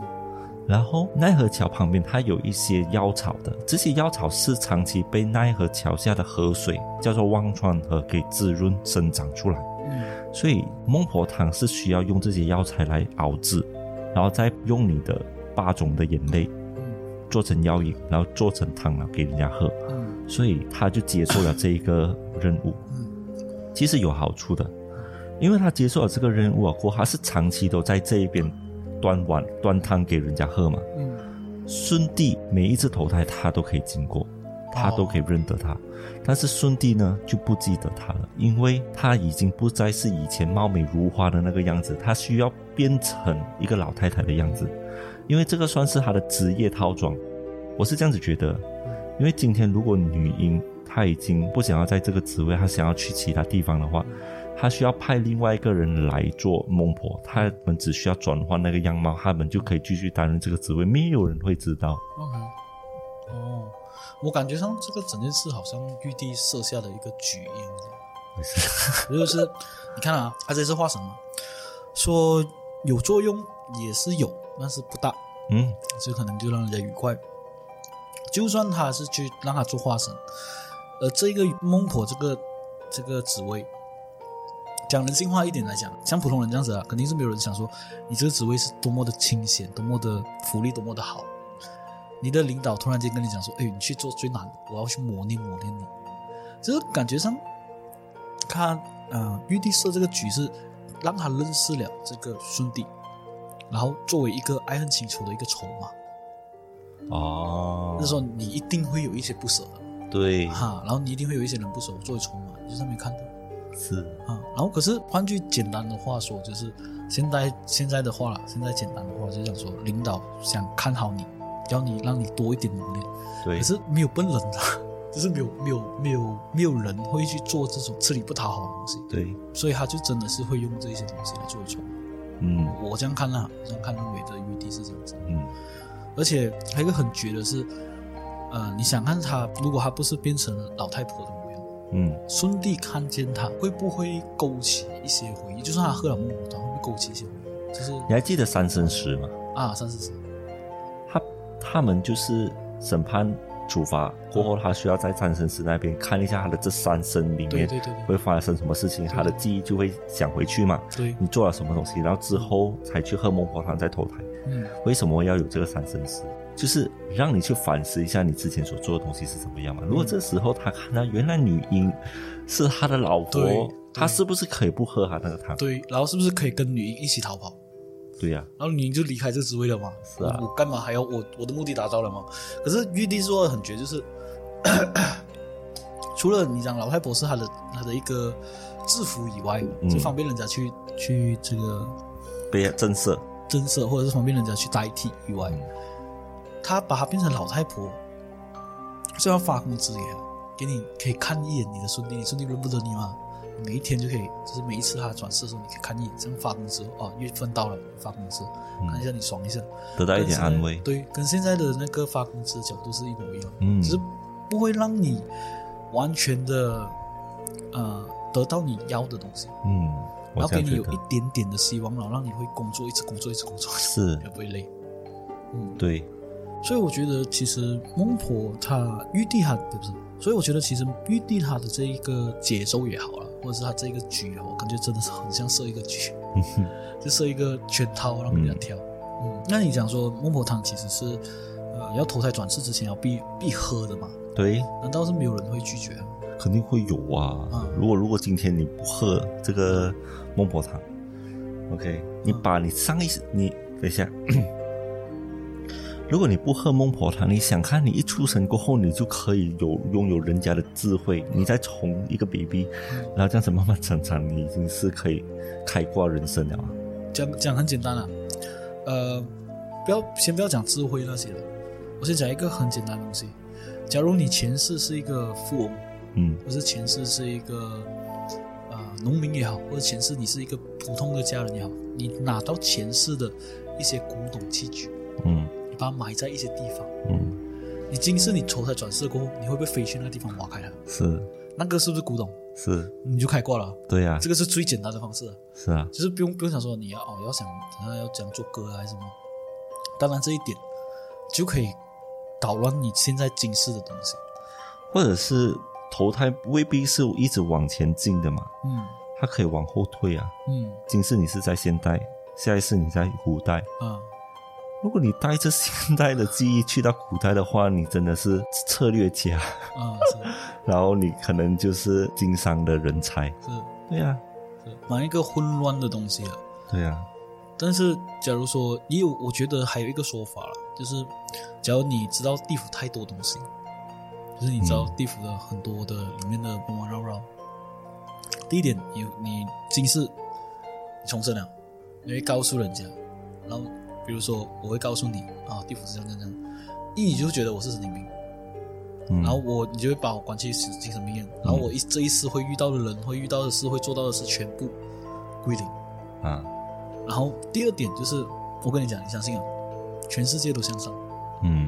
[SPEAKER 2] 然后奈何桥旁边它有一些药草的，这些药草是长期被奈何桥下的河水叫做忘川河给滋润生长出来，
[SPEAKER 1] 嗯
[SPEAKER 2] 所以孟婆汤是需要用这些药材来熬制，然后再用你的八种的眼泪
[SPEAKER 1] 嗯
[SPEAKER 2] 做成药引，然后做成汤啊然后给人家喝，
[SPEAKER 1] 嗯
[SPEAKER 2] 所以他就接受了这一个任务。
[SPEAKER 1] 嗯
[SPEAKER 2] 其实有好处的，因为他接受了这个任务啊过后，他是长期都在这一边端碗端汤给人家喝嘛。
[SPEAKER 1] 嗯
[SPEAKER 2] 舜帝每一次投胎他都可以经过，他都可以认得他，但是舜帝呢就不记得他了，因为他已经不再是以前貌美如花的那个样子，他需要变成一个老太太的样子，因为这个算是他的职业套装，我是这样子觉得，因为今天如果女婴她已经不想要在这个职位，她想要去其他地方的话。她需要派另外一个人来做孟婆，他们只需要转换那个样貌，他们就可以继续担任这个职位，没有人会知道。
[SPEAKER 1] ，OK，哦，我感觉上这个整件事好像玉帝设下的一个局一样子。就是你看啊，他这次画什么？说有作用也是有，但是不大，
[SPEAKER 2] 嗯，
[SPEAKER 1] 就可能就让人家愉快。就算他是去让他做化身，而这个孟婆这个这个职位，讲人性化一点来讲，像普通人这样子啊，肯定是没有人想说你这个职位是多么的清闲，多么的福利，多么的好，你的领导突然间跟你讲说：“哎，你去做最难的，我要去磨练磨练你。”就是感觉上，他呃，玉帝设这个局是让他认识了这个舜帝，然后作为一个爱恨情仇的一个筹码，
[SPEAKER 2] 哦，嗯
[SPEAKER 1] 那时候你一定会有一些不舍的
[SPEAKER 2] 对
[SPEAKER 1] 哈，然后你一定会有一些人不舍作为筹码，你就上面看到。
[SPEAKER 2] 是
[SPEAKER 1] 啊，然后可是换句简单的话说，就是现在现在的话啦，现在简单的话就是想说，领导想看好你，要你让你多一点磨练，
[SPEAKER 2] 对
[SPEAKER 1] 可是没有笨人的，就是没有没有没有没有人会去做这种吃力不讨好的东西，
[SPEAKER 2] 对，
[SPEAKER 1] 所以他就真的是会用这一些东西来作为筹码。
[SPEAKER 2] 嗯
[SPEAKER 1] 我这样看啦，我这样看认为的余地是这样子，
[SPEAKER 2] 嗯
[SPEAKER 1] 而且还有一个很绝的是，呃，你想看他，如果他不是变成老太婆的模样。
[SPEAKER 2] 嗯，
[SPEAKER 1] 孙帝看见他会不会勾起一些回忆？就算他喝了木偶汤，会不会勾起一些回忆？就是
[SPEAKER 2] 你还记得三生石吗？
[SPEAKER 1] 啊，三十四，
[SPEAKER 2] 他他们就是审判处罚过后，他需要在三生石那边看一下他的这三生里
[SPEAKER 1] 对
[SPEAKER 2] 面
[SPEAKER 1] 对对对
[SPEAKER 2] 会发生什么事情，他的记忆就会想回去嘛。
[SPEAKER 1] 对，
[SPEAKER 2] 你做了什么东西，然后之后才去喝孟婆汤再投胎。
[SPEAKER 1] 嗯，
[SPEAKER 2] 为什么要有这个三生石？就是让你去反思一下你之前所做的东西是怎么样嘛。
[SPEAKER 1] 嗯
[SPEAKER 2] 如果这时候他看到原来女婴是他的老
[SPEAKER 1] 对
[SPEAKER 2] 婆
[SPEAKER 1] 对，
[SPEAKER 2] 他是不是可以不喝他那个汤？
[SPEAKER 1] 对。然后是不是可以跟女婴一起逃跑？
[SPEAKER 2] 对呀、
[SPEAKER 1] 然后女婴就离开这个职位了嘛？
[SPEAKER 2] 是啊
[SPEAKER 1] 我我干嘛还要我我的目的达到了嘛？可是玉帝说的很绝，就是 *coughs* 咳咳除了你讲老太婆是他的他的一个制服以外，
[SPEAKER 2] 嗯
[SPEAKER 1] 就方便人家去去这个
[SPEAKER 2] 被震慑。
[SPEAKER 1] 增色，或者是方便人家去代替以外，
[SPEAKER 2] 嗯
[SPEAKER 1] 他把他变成老太婆，虽然发工资给他，给你可以看一眼你的孙弟，你孙弟认不得你吗？你每一天就可以，就是每一次他转世的时候，你可以看一眼，这样发工资哦，月份到了发工资，看一下你爽一下，
[SPEAKER 2] 得嗯到一点
[SPEAKER 1] 跟现在
[SPEAKER 2] 安慰
[SPEAKER 1] 对，跟现在的那个发工资的角度是一模一样，
[SPEAKER 2] 嗯
[SPEAKER 1] 只是不会让你完全的呃得到你要的东西，
[SPEAKER 2] 嗯，
[SPEAKER 1] 然
[SPEAKER 2] 我
[SPEAKER 1] 后
[SPEAKER 2] 这
[SPEAKER 1] 给
[SPEAKER 2] 样
[SPEAKER 1] 你
[SPEAKER 2] 觉
[SPEAKER 1] 有
[SPEAKER 2] 得
[SPEAKER 1] 一点点的希望，然后让你会工作，一直工作，一直工作， *laughs*
[SPEAKER 2] 是
[SPEAKER 1] 也不会累。
[SPEAKER 2] 对，
[SPEAKER 1] 所以我觉得，其实孟婆她玉帝她对不是？所以我觉得，其实玉帝她的这一个节奏也好了，或者是她这一个局也好，我感觉真的是很像设一个局，就设一个圈套让人家跳。嗯，那你讲说孟婆汤其实是呃要投胎转世之前要必必喝的嘛？
[SPEAKER 2] 对，
[SPEAKER 1] 难道是没有人会拒绝啊？
[SPEAKER 2] 肯定会有啊。
[SPEAKER 1] 嗯
[SPEAKER 2] 如果如果今天你不喝这个孟婆汤，OK，你把你上一次你等一下， *clears throat* 如果你不喝孟婆汤，你想看你一出生过后，你就可以有拥有人家的智慧，你再从一个 baby，然后这样子慢慢成长，你已经是可以开挂人生了啊。
[SPEAKER 1] 讲讲很简单啊，呃，不要先不要讲智慧那些了，我先讲一个很简单的东西。假如你前世是一个富翁，
[SPEAKER 2] 嗯
[SPEAKER 1] 或是前世是一个呃农民也好，或者前世你是一个普通的家人也好，你拿到前世的一些古董器具，
[SPEAKER 2] 嗯
[SPEAKER 1] 你把它埋在一些地方，
[SPEAKER 2] 嗯，
[SPEAKER 1] 你今世你投胎转世过后，你会不会飞去那个地方挖开它？
[SPEAKER 2] 是
[SPEAKER 1] 那个是不是古董？
[SPEAKER 2] 是，
[SPEAKER 1] 你就开挂了啊，
[SPEAKER 2] 对呀、啊，
[SPEAKER 1] 这个是最简单的方式啊，
[SPEAKER 2] 是啊，
[SPEAKER 1] 就是不用不用想说你要哦要想啊要怎样做歌啊还是什么，当然这一点就可以捣乱你现在今世的东西，
[SPEAKER 2] 或者是投胎未必是一直往前进的嘛，
[SPEAKER 1] 嗯
[SPEAKER 2] 它可以往后退啊。
[SPEAKER 1] 嗯
[SPEAKER 2] 今世你是在现代，下一世你在古代。
[SPEAKER 1] 啊
[SPEAKER 2] 如果你带着现代的记忆去到古代的话，你真的是策略家，
[SPEAKER 1] 啊是的
[SPEAKER 2] 然后你可能就是经商的人才。
[SPEAKER 1] 是的
[SPEAKER 2] 对呀、
[SPEAKER 1] 是的蛮一个混乱的东西了。
[SPEAKER 2] 对呀、
[SPEAKER 1] 但是，假如说也有，我觉得还有一个说法了，就是，假如你知道地府太多东西，就是你知道地府的很多的里面的弯弯绕绕。第一点，你你今世你重生了，你会告诉人家，然后比如说我会告诉你啊，地府是这样这样这样，一你就会觉得我是神经病，
[SPEAKER 2] 嗯，
[SPEAKER 1] 然后我你就会把我关去精神病院，然后我一这一世会遇到的人，会遇到的事，会做到的事，全部归零。
[SPEAKER 2] 啊，
[SPEAKER 1] 然后第二点就是，我跟你讲，你相信啊，全世界都向上。
[SPEAKER 2] 嗯，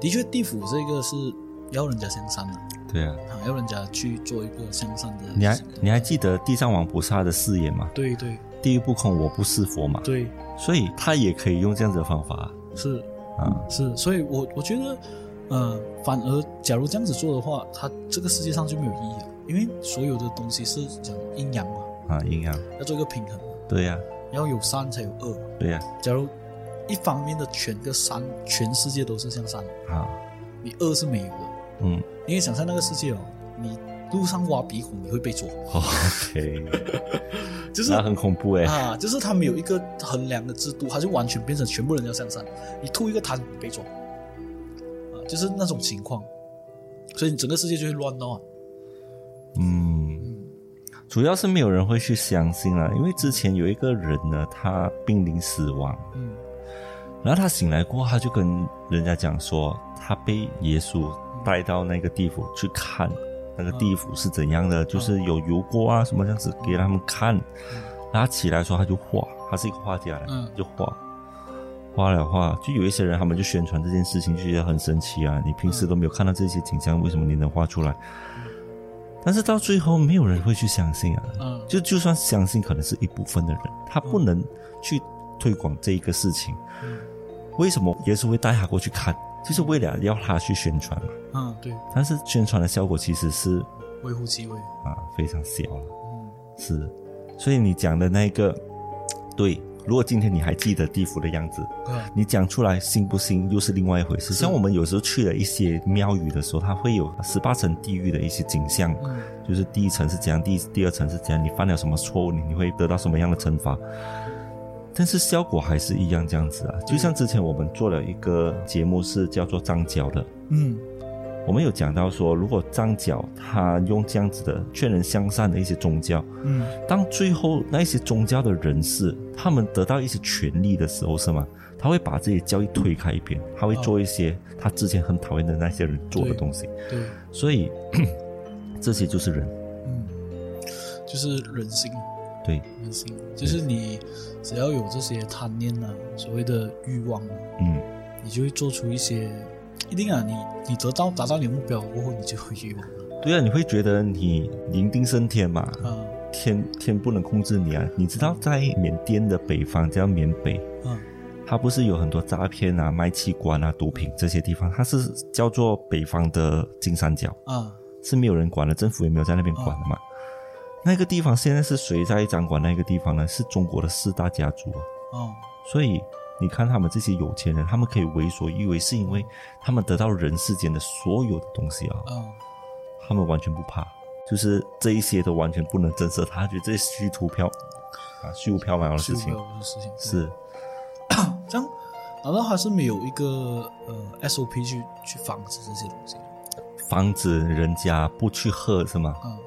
[SPEAKER 1] 的确，地府这个是要人家向善的，
[SPEAKER 2] 对呀、
[SPEAKER 1] 啊，要人家去做一个向善的行动。
[SPEAKER 2] 你还你还记得地藏王菩萨的誓言吗？
[SPEAKER 1] 对对
[SPEAKER 2] 地狱不空，我不是佛嘛。
[SPEAKER 1] 对，
[SPEAKER 2] 所以他也可以用这样子的方法
[SPEAKER 1] 是
[SPEAKER 2] 啊。
[SPEAKER 1] 是，所以我我觉得，呃，反而假如这样子做的话，它这个世界上就没有意义了，因为所有的东西是讲阴阳嘛，
[SPEAKER 2] 啊，阴阳，
[SPEAKER 1] 要做一个平衡嘛，
[SPEAKER 2] 对呀、
[SPEAKER 1] 要有善才有恶嘛。
[SPEAKER 2] 对呀、
[SPEAKER 1] 假如一方面的全个山，全世界都是像山，
[SPEAKER 2] 啊，
[SPEAKER 1] 你饿是没有的。
[SPEAKER 2] 嗯
[SPEAKER 1] 你可以想象那个世界哦，你路上挖鼻孔你会被抓，
[SPEAKER 2] ，OK，
[SPEAKER 1] 就是
[SPEAKER 2] 那很恐怖哎、
[SPEAKER 1] 啊，就是他们有一个衡量的制度，他就完全变成全部人要向善，你吐一个痰你被抓，啊，就是那种情况，所以你整个世界就会乱闹啊。
[SPEAKER 2] 嗯，
[SPEAKER 1] 嗯
[SPEAKER 2] 主要是没有人会去相信啊啦，因为之前有一个人呢，他濒临死亡，
[SPEAKER 1] 嗯
[SPEAKER 2] 然后他醒来过后，他就跟人家讲说，他被耶稣带到那个地府去看那个地府是怎样的，就是有油锅啊什么这样子给他们看。然后他起来说他就画，他是一个画家来，
[SPEAKER 1] 嗯
[SPEAKER 2] 就画，画了画。就有一些人他们就宣传这件事情，就觉得很神奇啊，你平时都没有看到这些景象，为什么你能画出来？但是到最后，没有人会去相信啊。
[SPEAKER 1] 嗯
[SPEAKER 2] 就就算相信，可能是一部分的人，他不能去推广这一个事情。
[SPEAKER 1] 嗯
[SPEAKER 2] 为什么耶稣会带他过去看？就是为了要他去宣传嘛。
[SPEAKER 1] 嗯，对，
[SPEAKER 2] 但是宣传的效果其实是
[SPEAKER 1] 微乎其微。
[SPEAKER 2] 啊非常小了，
[SPEAKER 1] 嗯
[SPEAKER 2] 是。所以你讲的那个，对，如果今天你还记得地府的样子，
[SPEAKER 1] 啊
[SPEAKER 2] 你讲出来信不信又是另外一回事。像我们有时候去了一些庙宇的时候，它会有十八层地狱的一些景象，
[SPEAKER 1] 嗯
[SPEAKER 2] 就是第一层是怎样，第第二层是怎样，你犯了什么错误，你你会得到什么样的惩罚。但是效果还是一样这样子啊，就像之前我们做了一个节目是叫做张角的，
[SPEAKER 1] 嗯
[SPEAKER 2] 我们有讲到说，如果张角他用这样子的劝人向善的一些宗教，
[SPEAKER 1] 嗯
[SPEAKER 2] 当最后那一些宗教的人士他们得到一些权利的时候，是吗？他会把自己教义推开一边，他会做一些他之前很讨厌的那些人做的
[SPEAKER 1] 对
[SPEAKER 2] 东西，
[SPEAKER 1] 对，
[SPEAKER 2] 所以 *clears throat* 这些就是人，
[SPEAKER 1] 嗯，就是人性，
[SPEAKER 2] 对，
[SPEAKER 1] 人性，就是你只要有这些贪念啊，所谓的欲望啊，
[SPEAKER 2] 嗯。
[SPEAKER 1] 你就会做出一些，一定啊，你你得到达到你的目标过后，你就会欲望了。
[SPEAKER 2] 对啊，你会觉得你人定胜天嘛，
[SPEAKER 1] 嗯
[SPEAKER 2] 天天不能控制你啊。你知道在缅甸的北方叫缅北，
[SPEAKER 1] 嗯
[SPEAKER 2] 它不是有很多诈骗啊、卖器官啊、毒品这些地方，它是叫做北方的金三角，
[SPEAKER 1] 啊
[SPEAKER 2] 是没有人管的，政府也没有在那边管的嘛。那个地方现在是谁在掌管那个地方呢？是中国的四大家族啊、
[SPEAKER 1] 哦
[SPEAKER 2] 所以你看他们这些有钱人，他们可以为所欲为，是因为他们得到人世间的所有的东西啊。
[SPEAKER 1] 啊
[SPEAKER 2] 他们完全不怕，就是这一些都完全不能震慑他，觉得这是虚图缥啊虚无缥缈的事
[SPEAKER 1] 是
[SPEAKER 2] 情
[SPEAKER 1] 有，的事情
[SPEAKER 2] 是
[SPEAKER 1] 这样，难道还是没有一个呃 SOP 去去防止这些东西？
[SPEAKER 2] 防止人家不去喝是吗？
[SPEAKER 1] 嗯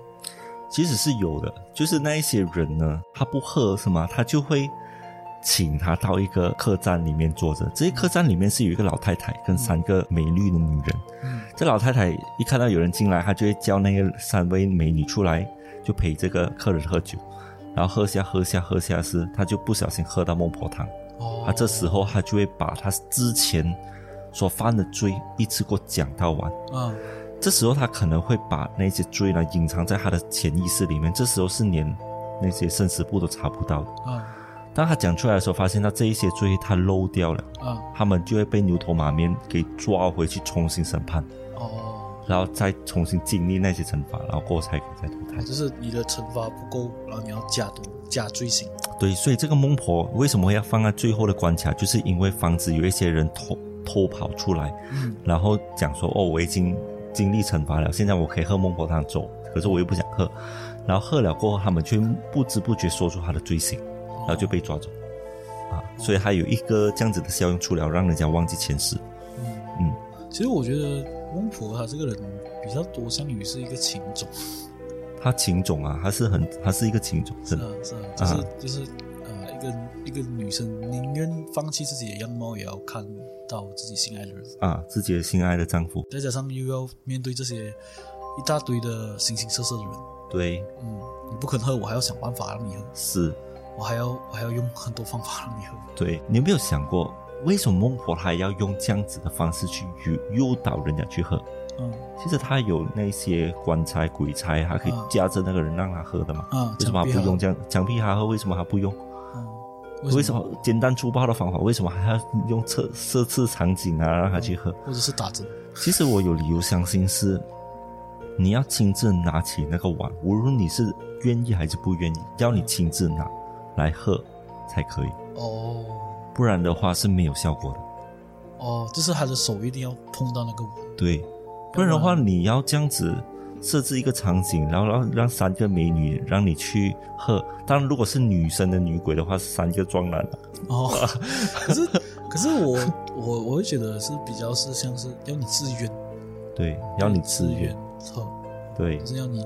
[SPEAKER 2] 其实是有的，就是那一些人呢，他不喝是吗？他就会请他到一个客栈里面坐着，这些客栈里面是有一个老太太跟三个美丽的女人，
[SPEAKER 1] 嗯
[SPEAKER 2] 这老太太一看到有人进来，她就会叫那个三位美女出来，就陪这个客人喝酒，然后喝下喝下喝下是，她就不小心喝到孟婆汤。
[SPEAKER 1] 哦，
[SPEAKER 2] 她这时候她就会把她之前所犯的罪一次过讲到完。
[SPEAKER 1] 啊
[SPEAKER 2] 这时候她可能会把那些罪呢隐藏在她的潜意识里面，这时候是连那些生死簿都查不到的。
[SPEAKER 1] 啊
[SPEAKER 2] 当她讲出来的时候，发现她这一些罪她漏掉了，
[SPEAKER 1] 啊
[SPEAKER 2] 他们就会被牛头马面给抓回去重新审判。
[SPEAKER 1] 哦，
[SPEAKER 2] 然后再重新经历那些惩罚，然后过后才可以再投胎。
[SPEAKER 1] 就是你的惩罚不够，然后你要加多加罪行。
[SPEAKER 2] 对，所以这个孟婆为什么会要放在最后的关卡，就是因为防止有一些人偷偷跑出来，
[SPEAKER 1] 嗯
[SPEAKER 2] 然后讲说哦，我已经经历惩罚了，现在我可以喝孟婆汤走，可是我又不想喝，然后喝了过后，他们却不知不觉说出他的罪行，
[SPEAKER 1] 哦
[SPEAKER 2] 然后就被抓走。啊，所以还有一个这样子的效用出来，让人家忘记前世。
[SPEAKER 1] 嗯
[SPEAKER 2] 嗯
[SPEAKER 1] 其实我觉得翁婆她这个人比较多向于是一个情种，
[SPEAKER 2] 他情种啊，他是很，他是一个情种，
[SPEAKER 1] 是
[SPEAKER 2] 真的
[SPEAKER 1] 啊是啊，就是、就是呃一个一个女生宁愿放弃自己的样貌，也要看到自己心爱的人。
[SPEAKER 2] 啊，自己的心爱的丈夫，
[SPEAKER 1] 再加上又要面对这些一大堆的形形色色的人，
[SPEAKER 2] 对，
[SPEAKER 1] 嗯，你不肯喝，我还要想办法让你喝，
[SPEAKER 2] 是
[SPEAKER 1] 我还要我还要用很多方法让你喝，
[SPEAKER 2] 对，你有没有想过，为什么孟婆她要用这样子的方式去诱诱导人家去喝？
[SPEAKER 1] 嗯
[SPEAKER 2] 其实她有那些棺材、鬼差，她可以
[SPEAKER 1] 嗯
[SPEAKER 2] 架着那个人让他喝的嘛。
[SPEAKER 1] 啊，
[SPEAKER 2] 为什么她
[SPEAKER 1] 墙
[SPEAKER 2] 不
[SPEAKER 1] 壁
[SPEAKER 2] 用这样强逼他喝？为什么她不用？
[SPEAKER 1] 啊？嗯，
[SPEAKER 2] 为什？么简单粗暴的方法？为什么还要用测设置场景啊，让他去喝？
[SPEAKER 1] 或者是打针？
[SPEAKER 2] 其实我有理由相信是，你要亲自拿起那个碗，无论你是愿意还是不愿意，要你亲自拿来喝才可以。
[SPEAKER 1] 哦，
[SPEAKER 2] 不然的话是没有效果的。
[SPEAKER 1] 哦，就是他的手一定要碰到那个碗，
[SPEAKER 2] 对，不然的
[SPEAKER 1] 要
[SPEAKER 2] 话
[SPEAKER 1] 不
[SPEAKER 2] 你要这样子设置一个场景，然后让让三个美女让你去喝。当然，如果是女生的女鬼的话，是三个壮男的。
[SPEAKER 1] 哦， *laughs* 可是可是我我我会觉得是比较是像是要你自愿，
[SPEAKER 2] 对，要你自
[SPEAKER 1] 自
[SPEAKER 2] 愿
[SPEAKER 1] 愿。喝，
[SPEAKER 2] 对
[SPEAKER 1] 可，是要你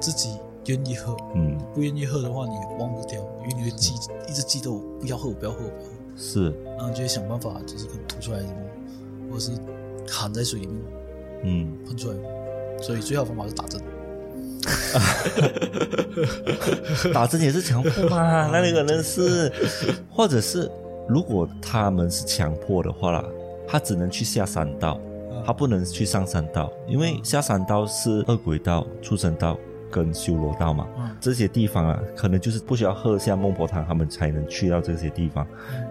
[SPEAKER 1] 自己愿意喝，
[SPEAKER 2] 嗯，
[SPEAKER 1] 不愿意喝的话你忘不掉，因为你会记一直记得我不要喝，我不要喝，我不要喝，
[SPEAKER 2] 是，
[SPEAKER 1] 然后你就会想办法就是可能吐出来什么，或者是含在水里面
[SPEAKER 2] 嗯，
[SPEAKER 1] *laughs* 喷出来，所以最好方法是打针。
[SPEAKER 2] 打针也是强迫
[SPEAKER 1] *laughs*
[SPEAKER 2] 嘛，那个人是，或者是如果他们是强迫的话啦，他只能去下山道，他不能去上山道，因为下山道是恶鬼道、畜生道跟修罗道嘛。
[SPEAKER 1] 嗯
[SPEAKER 2] 这些地方啊，可能就是不需要喝下孟婆汤，他们才能去到这些地方。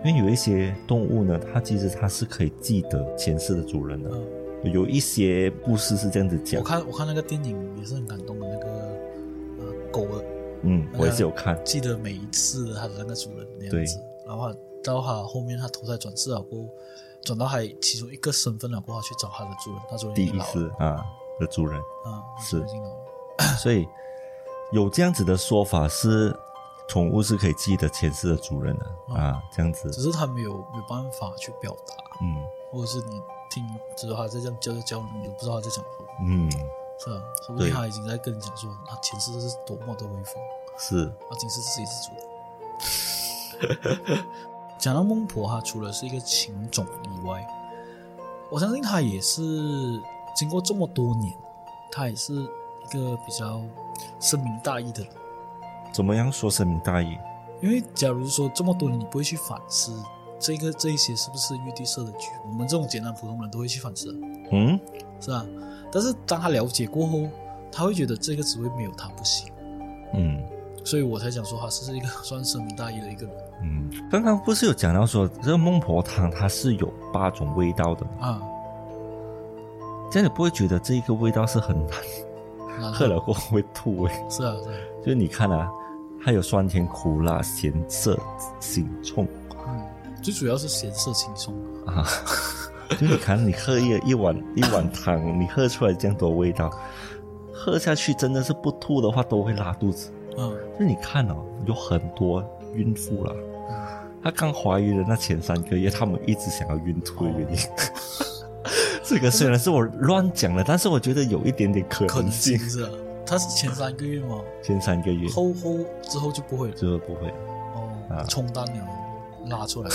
[SPEAKER 2] 因为有一些动物呢，它其实它是可以记得前世的主人的。
[SPEAKER 1] 嗯，
[SPEAKER 2] 有一些故事是这样子讲
[SPEAKER 1] 我，看我看那个电影也是很感动的，那个呃狗的
[SPEAKER 2] 嗯，
[SPEAKER 1] 那个
[SPEAKER 2] 我也是有看，
[SPEAKER 1] 记得每一次的它的那个主人那样子，然后它到它后面它投胎转世了过后，转到它其中一个身份了过后，它去找它的主人，它主人
[SPEAKER 2] 第
[SPEAKER 1] 已经
[SPEAKER 2] 一
[SPEAKER 1] 老
[SPEAKER 2] 次
[SPEAKER 1] 了
[SPEAKER 2] 啊的主人，
[SPEAKER 1] 啊，它
[SPEAKER 2] 是
[SPEAKER 1] 主人已经老了，
[SPEAKER 2] 所以有这样子的说法是，宠物是可以记得前世的主人的
[SPEAKER 1] 嗯
[SPEAKER 2] 啊，这样子，
[SPEAKER 1] 只是它没有没有办法去表达，
[SPEAKER 2] 嗯
[SPEAKER 1] 或者是你听只是它在这样教教你，你都不知道它在讲什么，
[SPEAKER 2] 嗯，
[SPEAKER 1] 是吧？说不定
[SPEAKER 2] 对
[SPEAKER 1] 它已经在跟你讲说，它前世是多么的威风。
[SPEAKER 2] 是，
[SPEAKER 1] 啊，今世自己是主的。 *laughs* 讲到孟婆哈，除了是一个情种以外，我相信她也是经过这么多年，她也是一个比较深明大义的人。
[SPEAKER 2] 怎么样说深明大义？
[SPEAKER 1] 因为假如说这么多年你不会去反思这个这一些是不是玉帝设的局，我们这种简单普通人都会去反思，
[SPEAKER 2] 嗯，
[SPEAKER 1] 是吧？但是当他了解过后，他会觉得这个职位没有他不行，
[SPEAKER 2] 嗯。
[SPEAKER 1] 所以我才讲说他是一个算深明大义的一个人
[SPEAKER 2] 嗯，刚刚不是有讲到说这个孟婆汤它是有八种味道的，
[SPEAKER 1] 啊。
[SPEAKER 2] 这样你不会觉得这一个味道是很 *laughs* 难
[SPEAKER 1] 那
[SPEAKER 2] 喝了过后会吐诶？
[SPEAKER 1] 啊是啊，是啊，
[SPEAKER 2] 就是你看啊，它有酸甜苦辣咸涩腥冲
[SPEAKER 1] 嗯，最主要是咸涩轻松。
[SPEAKER 2] 啊，就你看你喝一一碗一碗汤，你喝出来这样多味道，喝下去真的是不吐的话都会拉肚子。
[SPEAKER 1] 嗯
[SPEAKER 2] 就你看哦，有很多孕妇啦，她刚怀孕的那前三个月，她们一直想要孕吐的原因。 *laughs* 这个虽然是我乱讲了，但是我觉得有一点点可
[SPEAKER 1] 可
[SPEAKER 2] 能
[SPEAKER 1] 能性
[SPEAKER 2] 性。
[SPEAKER 1] 是啊，他是前三个月嘛，
[SPEAKER 2] 前三个月
[SPEAKER 1] 后后之后就不会了。
[SPEAKER 2] 这个不会，啊
[SPEAKER 1] 哦，冲淡了，拉
[SPEAKER 2] *laughs*
[SPEAKER 1] 出来。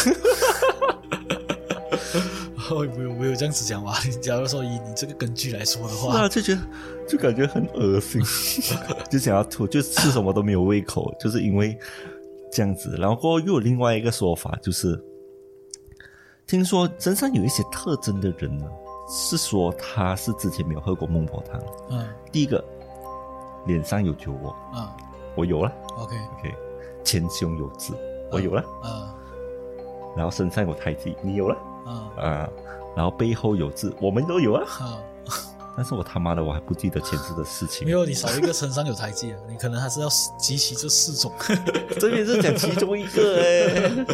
[SPEAKER 1] 哦，没有没有这样子讲吧？假如说以你这个根据来说的
[SPEAKER 2] 是
[SPEAKER 1] 话
[SPEAKER 2] 啊，，就觉得就感觉很恶心， *laughs* 就想要吐，就吃什么都没有胃口， *laughs* 就是因为这样子。然后过后又有另外一个说法，就是听说身上有一些特征的人呢，是说他是之前没有喝过孟婆汤。
[SPEAKER 1] 嗯
[SPEAKER 2] 第一个，脸上有酒窝，
[SPEAKER 1] 啊
[SPEAKER 2] 我有了
[SPEAKER 1] ，OK，
[SPEAKER 2] ；OK，前胸有痣，我有了；
[SPEAKER 1] 啊
[SPEAKER 2] 然后身上有胎记，你有了
[SPEAKER 1] 啊
[SPEAKER 2] 啊；然后背后有痣，我们都有啊。
[SPEAKER 1] 啊！
[SPEAKER 2] 但是我他妈的我还不记得前世的事情啊
[SPEAKER 1] 没。有你少一个身上有胎记啊，你可能还是要集齐这四
[SPEAKER 2] *laughs*
[SPEAKER 1] 种，
[SPEAKER 2] 这边是讲其中一个哎、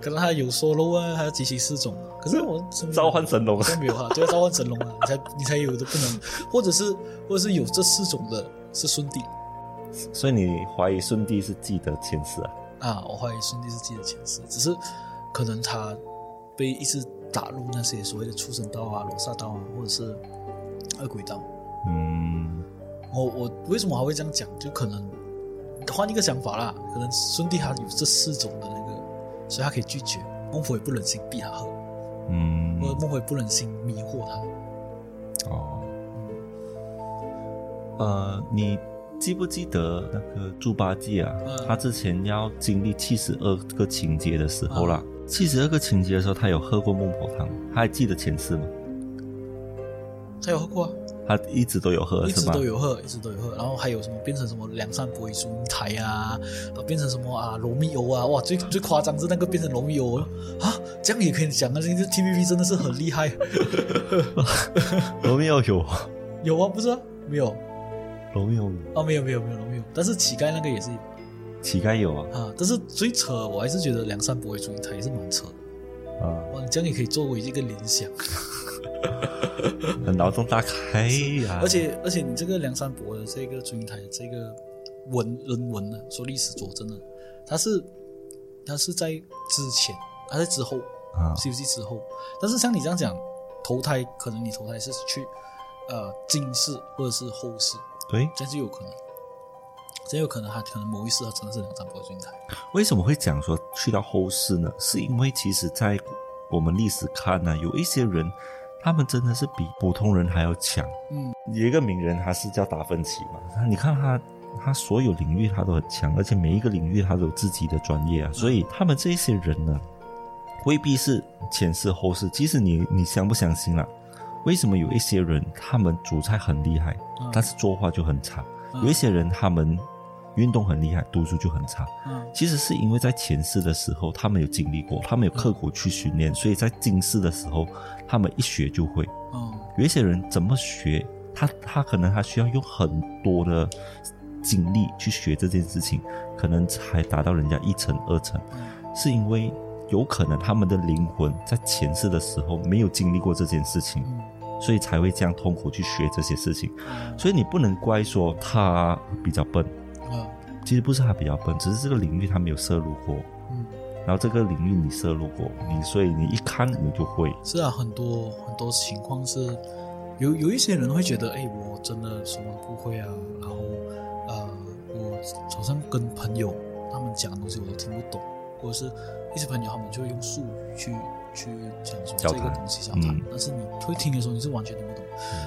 [SPEAKER 1] 可能还有说漏啊，还要集齐四种。可是我身边
[SPEAKER 2] 召唤神龙
[SPEAKER 1] 好，像没有啊，对，召唤神龙啊，你才你才有的不能，或者是或者是有这四种的是顺帝
[SPEAKER 2] 所以你怀疑舜帝是记得前世啊？
[SPEAKER 1] 啊，我怀疑顺帝是自己的前世，只是可能他被一直打入那些所谓的畜生道啊、罗刹道啊，或者是恶鬼道。
[SPEAKER 2] 嗯，
[SPEAKER 1] 我我为什么还会这样讲？就可能换一个想法啦，可能顺帝他有这四种的那个，所以他可以拒绝。孟婆也不忍心逼他喝，
[SPEAKER 2] 嗯
[SPEAKER 1] 或者孟婆也不忍心迷惑他。嗯
[SPEAKER 2] 哦，呃，你记不记得那个猪八戒啊？
[SPEAKER 1] 嗯
[SPEAKER 2] 他之前要经历七十二个情节的时候啦，七十二个情节的时候，他有喝过孟婆汤吗，他还记得前世吗？
[SPEAKER 1] 他有喝过啊，
[SPEAKER 2] 他一直都有喝，
[SPEAKER 1] 一直
[SPEAKER 2] 是吗
[SPEAKER 1] 都？有喝，一直都有喝，然后还有什么变成什么两扇波音台啊，啊变成什么啊罗密欧啊，哇，最最夸张是那个变成罗密欧啊，啊这样也可以讲啊，这个 TVB 真的是很厉害， *laughs*
[SPEAKER 2] 罗密欧有，
[SPEAKER 1] 有啊，不是啊，没有
[SPEAKER 2] 罗密欧有，
[SPEAKER 1] 啊，没有没有没有罗密欧，但是乞丐那个也是有
[SPEAKER 2] 乞丐有啊，
[SPEAKER 1] 啊，但是最扯我还是觉得两扇波音台也是蛮扯的，
[SPEAKER 2] 啊，
[SPEAKER 1] 哇，你这样也可以作为一个联想，
[SPEAKER 2] 脑洞大开呀、
[SPEAKER 1] 而且而且你这个梁山伯的这个祝英台的这个文人文呢，说历史佐证呢，它是它是在之前，它在之后，
[SPEAKER 2] 啊，
[SPEAKER 1] 《西游记》之后。但是像你这样讲，投胎可能你投胎是去呃今世或者是后世，
[SPEAKER 2] 对，
[SPEAKER 1] 这是有可能。这有可能他可能某一世他真的是梁山伯的君台，
[SPEAKER 2] 为什么会讲说去到后世呢？是因为其实，在我们历史看呢、有一些人，他们真的是比普通人还要强。
[SPEAKER 1] 嗯，
[SPEAKER 2] 有一个名人，他是叫达芬奇嘛，那你看他。他所有领域他都很强，而且每一个领域他都有自己的专业
[SPEAKER 1] 嗯
[SPEAKER 2] 啊，所以他们这一些人呢，未必是前世后世。其实你你相不相信啦？为什么有一些人他们煮菜很厉害，
[SPEAKER 1] 嗯
[SPEAKER 2] 但是作画就很差；
[SPEAKER 1] 嗯
[SPEAKER 2] 有一些人他们运动很厉害，读书就很差。
[SPEAKER 1] 嗯
[SPEAKER 2] 其实是因为在前世的时候，他们有经历过，他们有刻苦去训练，所以在今世的时候，他们一学就会。
[SPEAKER 1] 嗯
[SPEAKER 2] 有一些人怎么学，他他可能他需要用很多的精力去学这件事情，可能才达到人家一层二层，
[SPEAKER 1] 嗯
[SPEAKER 2] 是因为有可能他们的灵魂在前世的时候没有经历过这件事情，
[SPEAKER 1] 嗯
[SPEAKER 2] 所以才会这样痛苦去学这些事情。
[SPEAKER 1] 嗯
[SPEAKER 2] 所以你不能怪说他比较笨，
[SPEAKER 1] 嗯
[SPEAKER 2] 其实不是他比较笨，只是这个领域他没有涉入过。
[SPEAKER 1] 嗯，
[SPEAKER 2] 然后这个领域你涉入过，你所以你一看你就会。
[SPEAKER 1] 是啊，很多很多情况是有有一些人会觉得，哎，我真的什么都不会啊，然后呃，我好像跟朋友他们讲的东西我都听不懂，或者是一些朋友他们就会用术语去去讲说
[SPEAKER 2] 交
[SPEAKER 1] 这
[SPEAKER 2] 谈
[SPEAKER 1] 个东西交谈，
[SPEAKER 2] 嗯
[SPEAKER 1] 但是你会听的时候你是完全听不懂。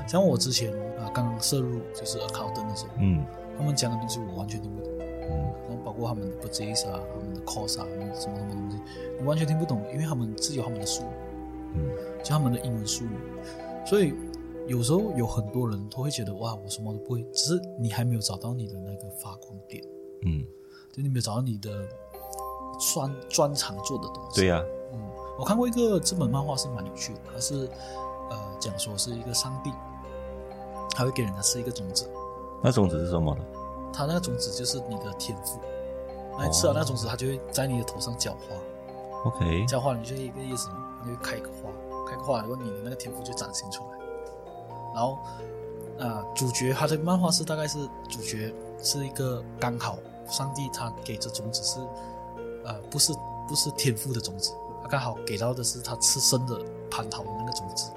[SPEAKER 1] 像我之前啊、呃刚刚摄入就是 accountant 的时候，
[SPEAKER 2] 嗯
[SPEAKER 1] 他们讲的东西我完全听不懂。
[SPEAKER 2] 嗯
[SPEAKER 1] 然后包括他们的 b u d g e t 啊、他们的 cost 啊、他们什么什么东西，你完全听不懂，因为他们自己有他们的术语，
[SPEAKER 2] 嗯
[SPEAKER 1] 就他们的英文术语，所以有时候有很多人都会觉得哇，我什么都不会，只是你还没有找到你的那个发光点，
[SPEAKER 2] 嗯，
[SPEAKER 1] 就你没有找到你的专专长做的东西。
[SPEAKER 2] 对呀、啊
[SPEAKER 1] 嗯，我看过一个这本漫画是蛮有趣的，它是呃讲说是一个上帝，他会给人家吃一个种子，
[SPEAKER 2] 那种子是什么呢？
[SPEAKER 1] 他那个种子就是你的天赋，那你吃了那个种子，它就会在你的头上浇花。
[SPEAKER 2] OK，
[SPEAKER 1] 浇花你就是一个叶子嘛，你就开一个花，开个花，然后你的那个天赋就展现出来。然后，呃，主角他的漫画是大概是主角是一个刚好上帝他给这种子是，呃，不是不是天赋的种子，他刚好给到的是他吃生的蟠桃的那个种子，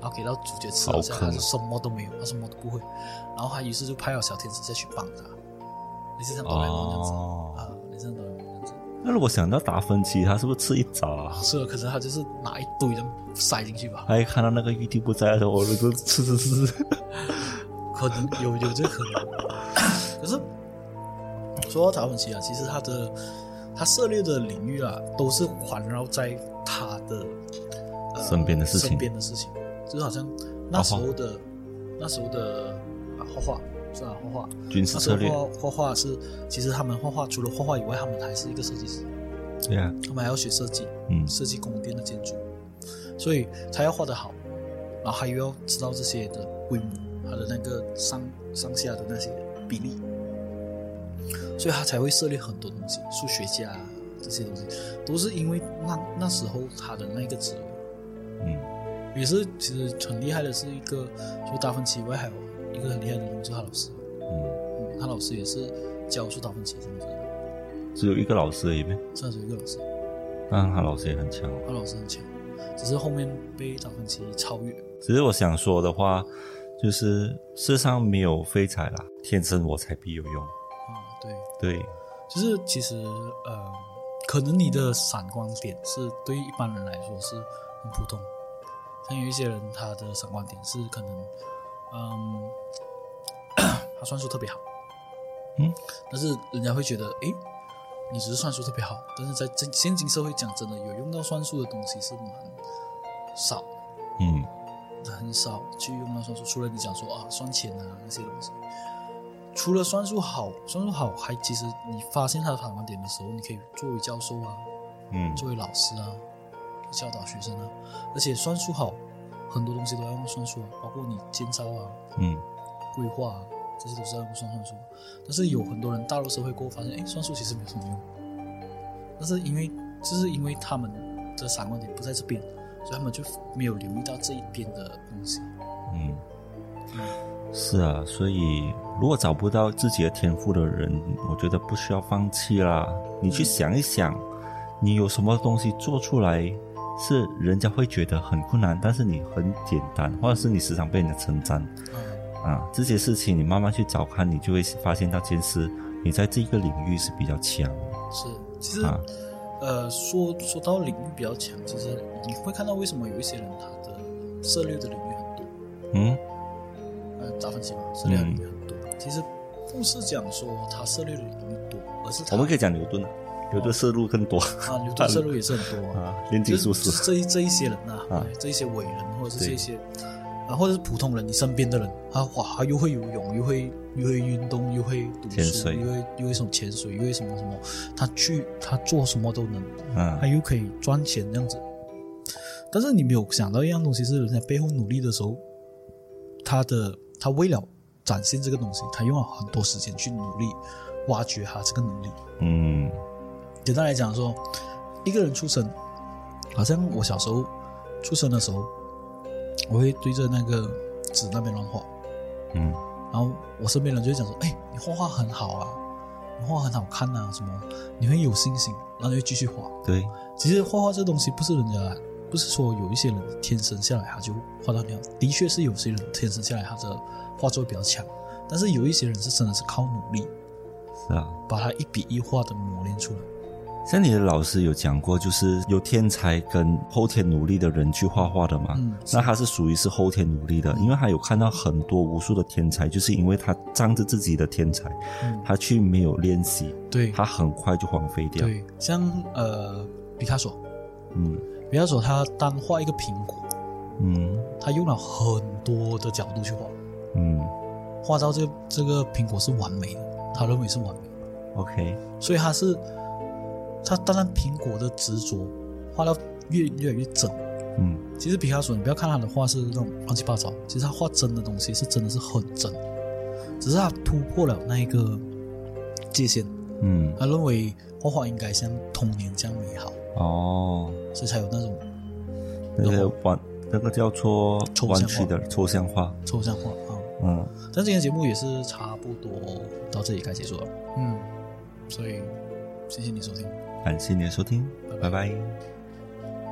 [SPEAKER 1] 然后给到主角吃
[SPEAKER 2] 好
[SPEAKER 1] 了下来，
[SPEAKER 2] 坑
[SPEAKER 1] 他
[SPEAKER 2] 啊
[SPEAKER 1] 就什么都没有，他什么都不会，然后他于是就派了小天使再去帮他，类似像哆啦 A 梦这样子
[SPEAKER 2] 哦，
[SPEAKER 1] 啊，类似像哆啦 A 梦这样子。
[SPEAKER 2] 那如果想到达芬奇，他是不是吃一啊砸、
[SPEAKER 1] 是的，可是他就是拿一堆的塞进去吧，
[SPEAKER 2] 他一看到那个玉帝不在的时候，我就吃吃吃。
[SPEAKER 1] 可能有有这个可能。可是说到达芬奇啊，其实他的他涉猎的领域啊，都是环绕在他的、呃、
[SPEAKER 2] 身边的事情哦
[SPEAKER 1] 身边的事情，就是好像那时候的那时候的啊画画是啊画画，
[SPEAKER 2] 军
[SPEAKER 1] *laughs* 那
[SPEAKER 2] 事
[SPEAKER 1] 时
[SPEAKER 2] 策
[SPEAKER 1] 候
[SPEAKER 2] 略，
[SPEAKER 1] 画画画是其实他们画画除了画画以外，他们还是一个设计师，
[SPEAKER 2] 对呀、
[SPEAKER 1] 他们还要学设计。
[SPEAKER 2] 嗯
[SPEAKER 1] 设计宫殿的建筑，所以他要画得好，然后还要知道这些的规模，它的那个上上下的那些比例，所以他才会涉猎很多东西，数学家、啊、这些东西，都是因为那那时候他的那个职位，
[SPEAKER 2] 嗯，
[SPEAKER 1] 也是其实很厉害的是一个，除了达芬奇以外，还有一个很厉害的人就是他老师，
[SPEAKER 2] 嗯，
[SPEAKER 1] 嗯，他老师也是教出达芬奇的东西的，
[SPEAKER 2] 只有一个老师而已呗。
[SPEAKER 1] 算是一个老师，
[SPEAKER 2] 但他老师也很强。
[SPEAKER 1] 他老师很强，只是后面被达芬奇超越。
[SPEAKER 2] 只是我想说的话，就是世上没有废材啦，天生我材必有用。
[SPEAKER 1] 啊，对，
[SPEAKER 2] 对，
[SPEAKER 1] 就是其实呃，可能你的闪光点是对于一般人来说是很普通，像有一些人他的闪光点是可能，嗯， *clears throat* 他算术特别好，
[SPEAKER 2] 嗯，
[SPEAKER 1] 但是人家会觉得，诶，你只是算术特别好，但是在现现今社会讲真的，有用到算术的东西是蛮少，
[SPEAKER 2] 嗯
[SPEAKER 1] 很少去用到算术，除了你讲说啊算钱啊那些东西，除了算术好，算术好还其实你发现他的反光点的时候，你可以作为教授啊，
[SPEAKER 2] 嗯，
[SPEAKER 1] 作为老师啊，教导学生啊，而且算术好，啊很多东西都要用算术啊，包括你监招啊、
[SPEAKER 2] 嗯
[SPEAKER 1] 规划啊，这些都是要用算算术。但是有很多人踏入社会过后发现，哎，算术其实没有什么用，但是因为就是因为他们这三观点不在这边，所以他们就没有留意到这一边的东西。
[SPEAKER 2] 嗯，是啊，所以如果找不到自己的天赋的人，我觉得不需要放弃啦。你去想一想，你有什么东西做出来是人家会觉得很困难，但是你很简单，或者是你时常被人家称赞
[SPEAKER 1] 嗯
[SPEAKER 2] 啊，这些事情你慢慢去找看，你就会发现到其实你在这一个领域是比较强的
[SPEAKER 1] 是，其实、
[SPEAKER 2] 啊。
[SPEAKER 1] 呃，说说到领域比较强，其实你会看到为什么有一些人他的涉猎的领域很多，
[SPEAKER 2] 嗯
[SPEAKER 1] 呃，达芬奇嘛，涉猎的领域很多。其实不是讲说他涉猎的领域多，而是他
[SPEAKER 2] 我们可以讲牛顿啊，牛顿摄入更多
[SPEAKER 1] 啊，牛顿涉猎也是很多啊。
[SPEAKER 2] *laughs* 啊，炼金术
[SPEAKER 1] 就是
[SPEAKER 2] 士。
[SPEAKER 1] 这一这一些人呐、
[SPEAKER 2] 啊
[SPEAKER 1] 这一些伟人或者是
[SPEAKER 2] 对
[SPEAKER 1] 这些啊，或者是普通人，你身边的人，他哇，他又会游泳，又会又会运动，又会读
[SPEAKER 2] 潜
[SPEAKER 1] 书，
[SPEAKER 2] 水
[SPEAKER 1] 又会又会什么潜水，又会什么什么，他去他做什么都能，
[SPEAKER 2] 嗯
[SPEAKER 1] 他又可以赚钱这样子。但是你没有想到一样东西是人家背后努力的时候，他的他为了展现这个东西，他用了很多时间去努力挖掘他这个能力。
[SPEAKER 2] 嗯
[SPEAKER 1] 简单来讲说，一个人出生，好像我小时候出生的时候，我会对着那个纸那边乱画，
[SPEAKER 2] 嗯
[SPEAKER 1] 然后我身边人就会讲说：“哎，你画画很好啊，你画画很好看啊，什么，你很有信心。”然后你会继续画。
[SPEAKER 2] 对，
[SPEAKER 1] 其实画画这东西不是人家，不是说有一些人天生下来他就画到那样，的确是有些人天生下来他的画作比较强，但是有一些人是真的是靠努力
[SPEAKER 2] 是啊。
[SPEAKER 1] 把它一笔一画的磨练出来。
[SPEAKER 2] 像你的老师有讲过，就是有天才跟后天努力的人去画画的嘛。
[SPEAKER 1] 嗯
[SPEAKER 2] 那他是属于是后天努力的，因为他有看到很多无数的天才，就是因为他仗着自己的天才，
[SPEAKER 1] 嗯，
[SPEAKER 2] 他去没有练习，
[SPEAKER 1] 对。
[SPEAKER 2] 他很快就荒废掉。
[SPEAKER 1] 对，像呃，毕卡索，
[SPEAKER 2] 嗯
[SPEAKER 1] 毕卡索他单画一个苹果，
[SPEAKER 2] 嗯
[SPEAKER 1] 他用了很多的角度去画，
[SPEAKER 2] 嗯
[SPEAKER 1] 画到这这个苹果是完美的，他认为是完美的，
[SPEAKER 2] ，OK，
[SPEAKER 1] 所以他是他当然苹果的执着，画到越越来越真。
[SPEAKER 2] 嗯
[SPEAKER 1] 其实毕卡索，你不要看他的画是那种乱七八糟，其实他画真的东西是真的是很真，只是他突破了那一个界限，
[SPEAKER 2] 嗯，
[SPEAKER 1] 他认为画画应该像童年这样美好，
[SPEAKER 2] 哦，
[SPEAKER 1] 所以才有那种
[SPEAKER 2] 那个玩那个叫做
[SPEAKER 1] 抽象
[SPEAKER 2] 弯
[SPEAKER 1] 画
[SPEAKER 2] 曲的抽象画，
[SPEAKER 1] 抽象画啊。
[SPEAKER 2] 嗯，
[SPEAKER 1] 但今天节目也是差不多到这里该结束了。嗯，所以谢谢你收听。
[SPEAKER 2] 感谢你的收听，
[SPEAKER 1] 拜
[SPEAKER 2] 拜拜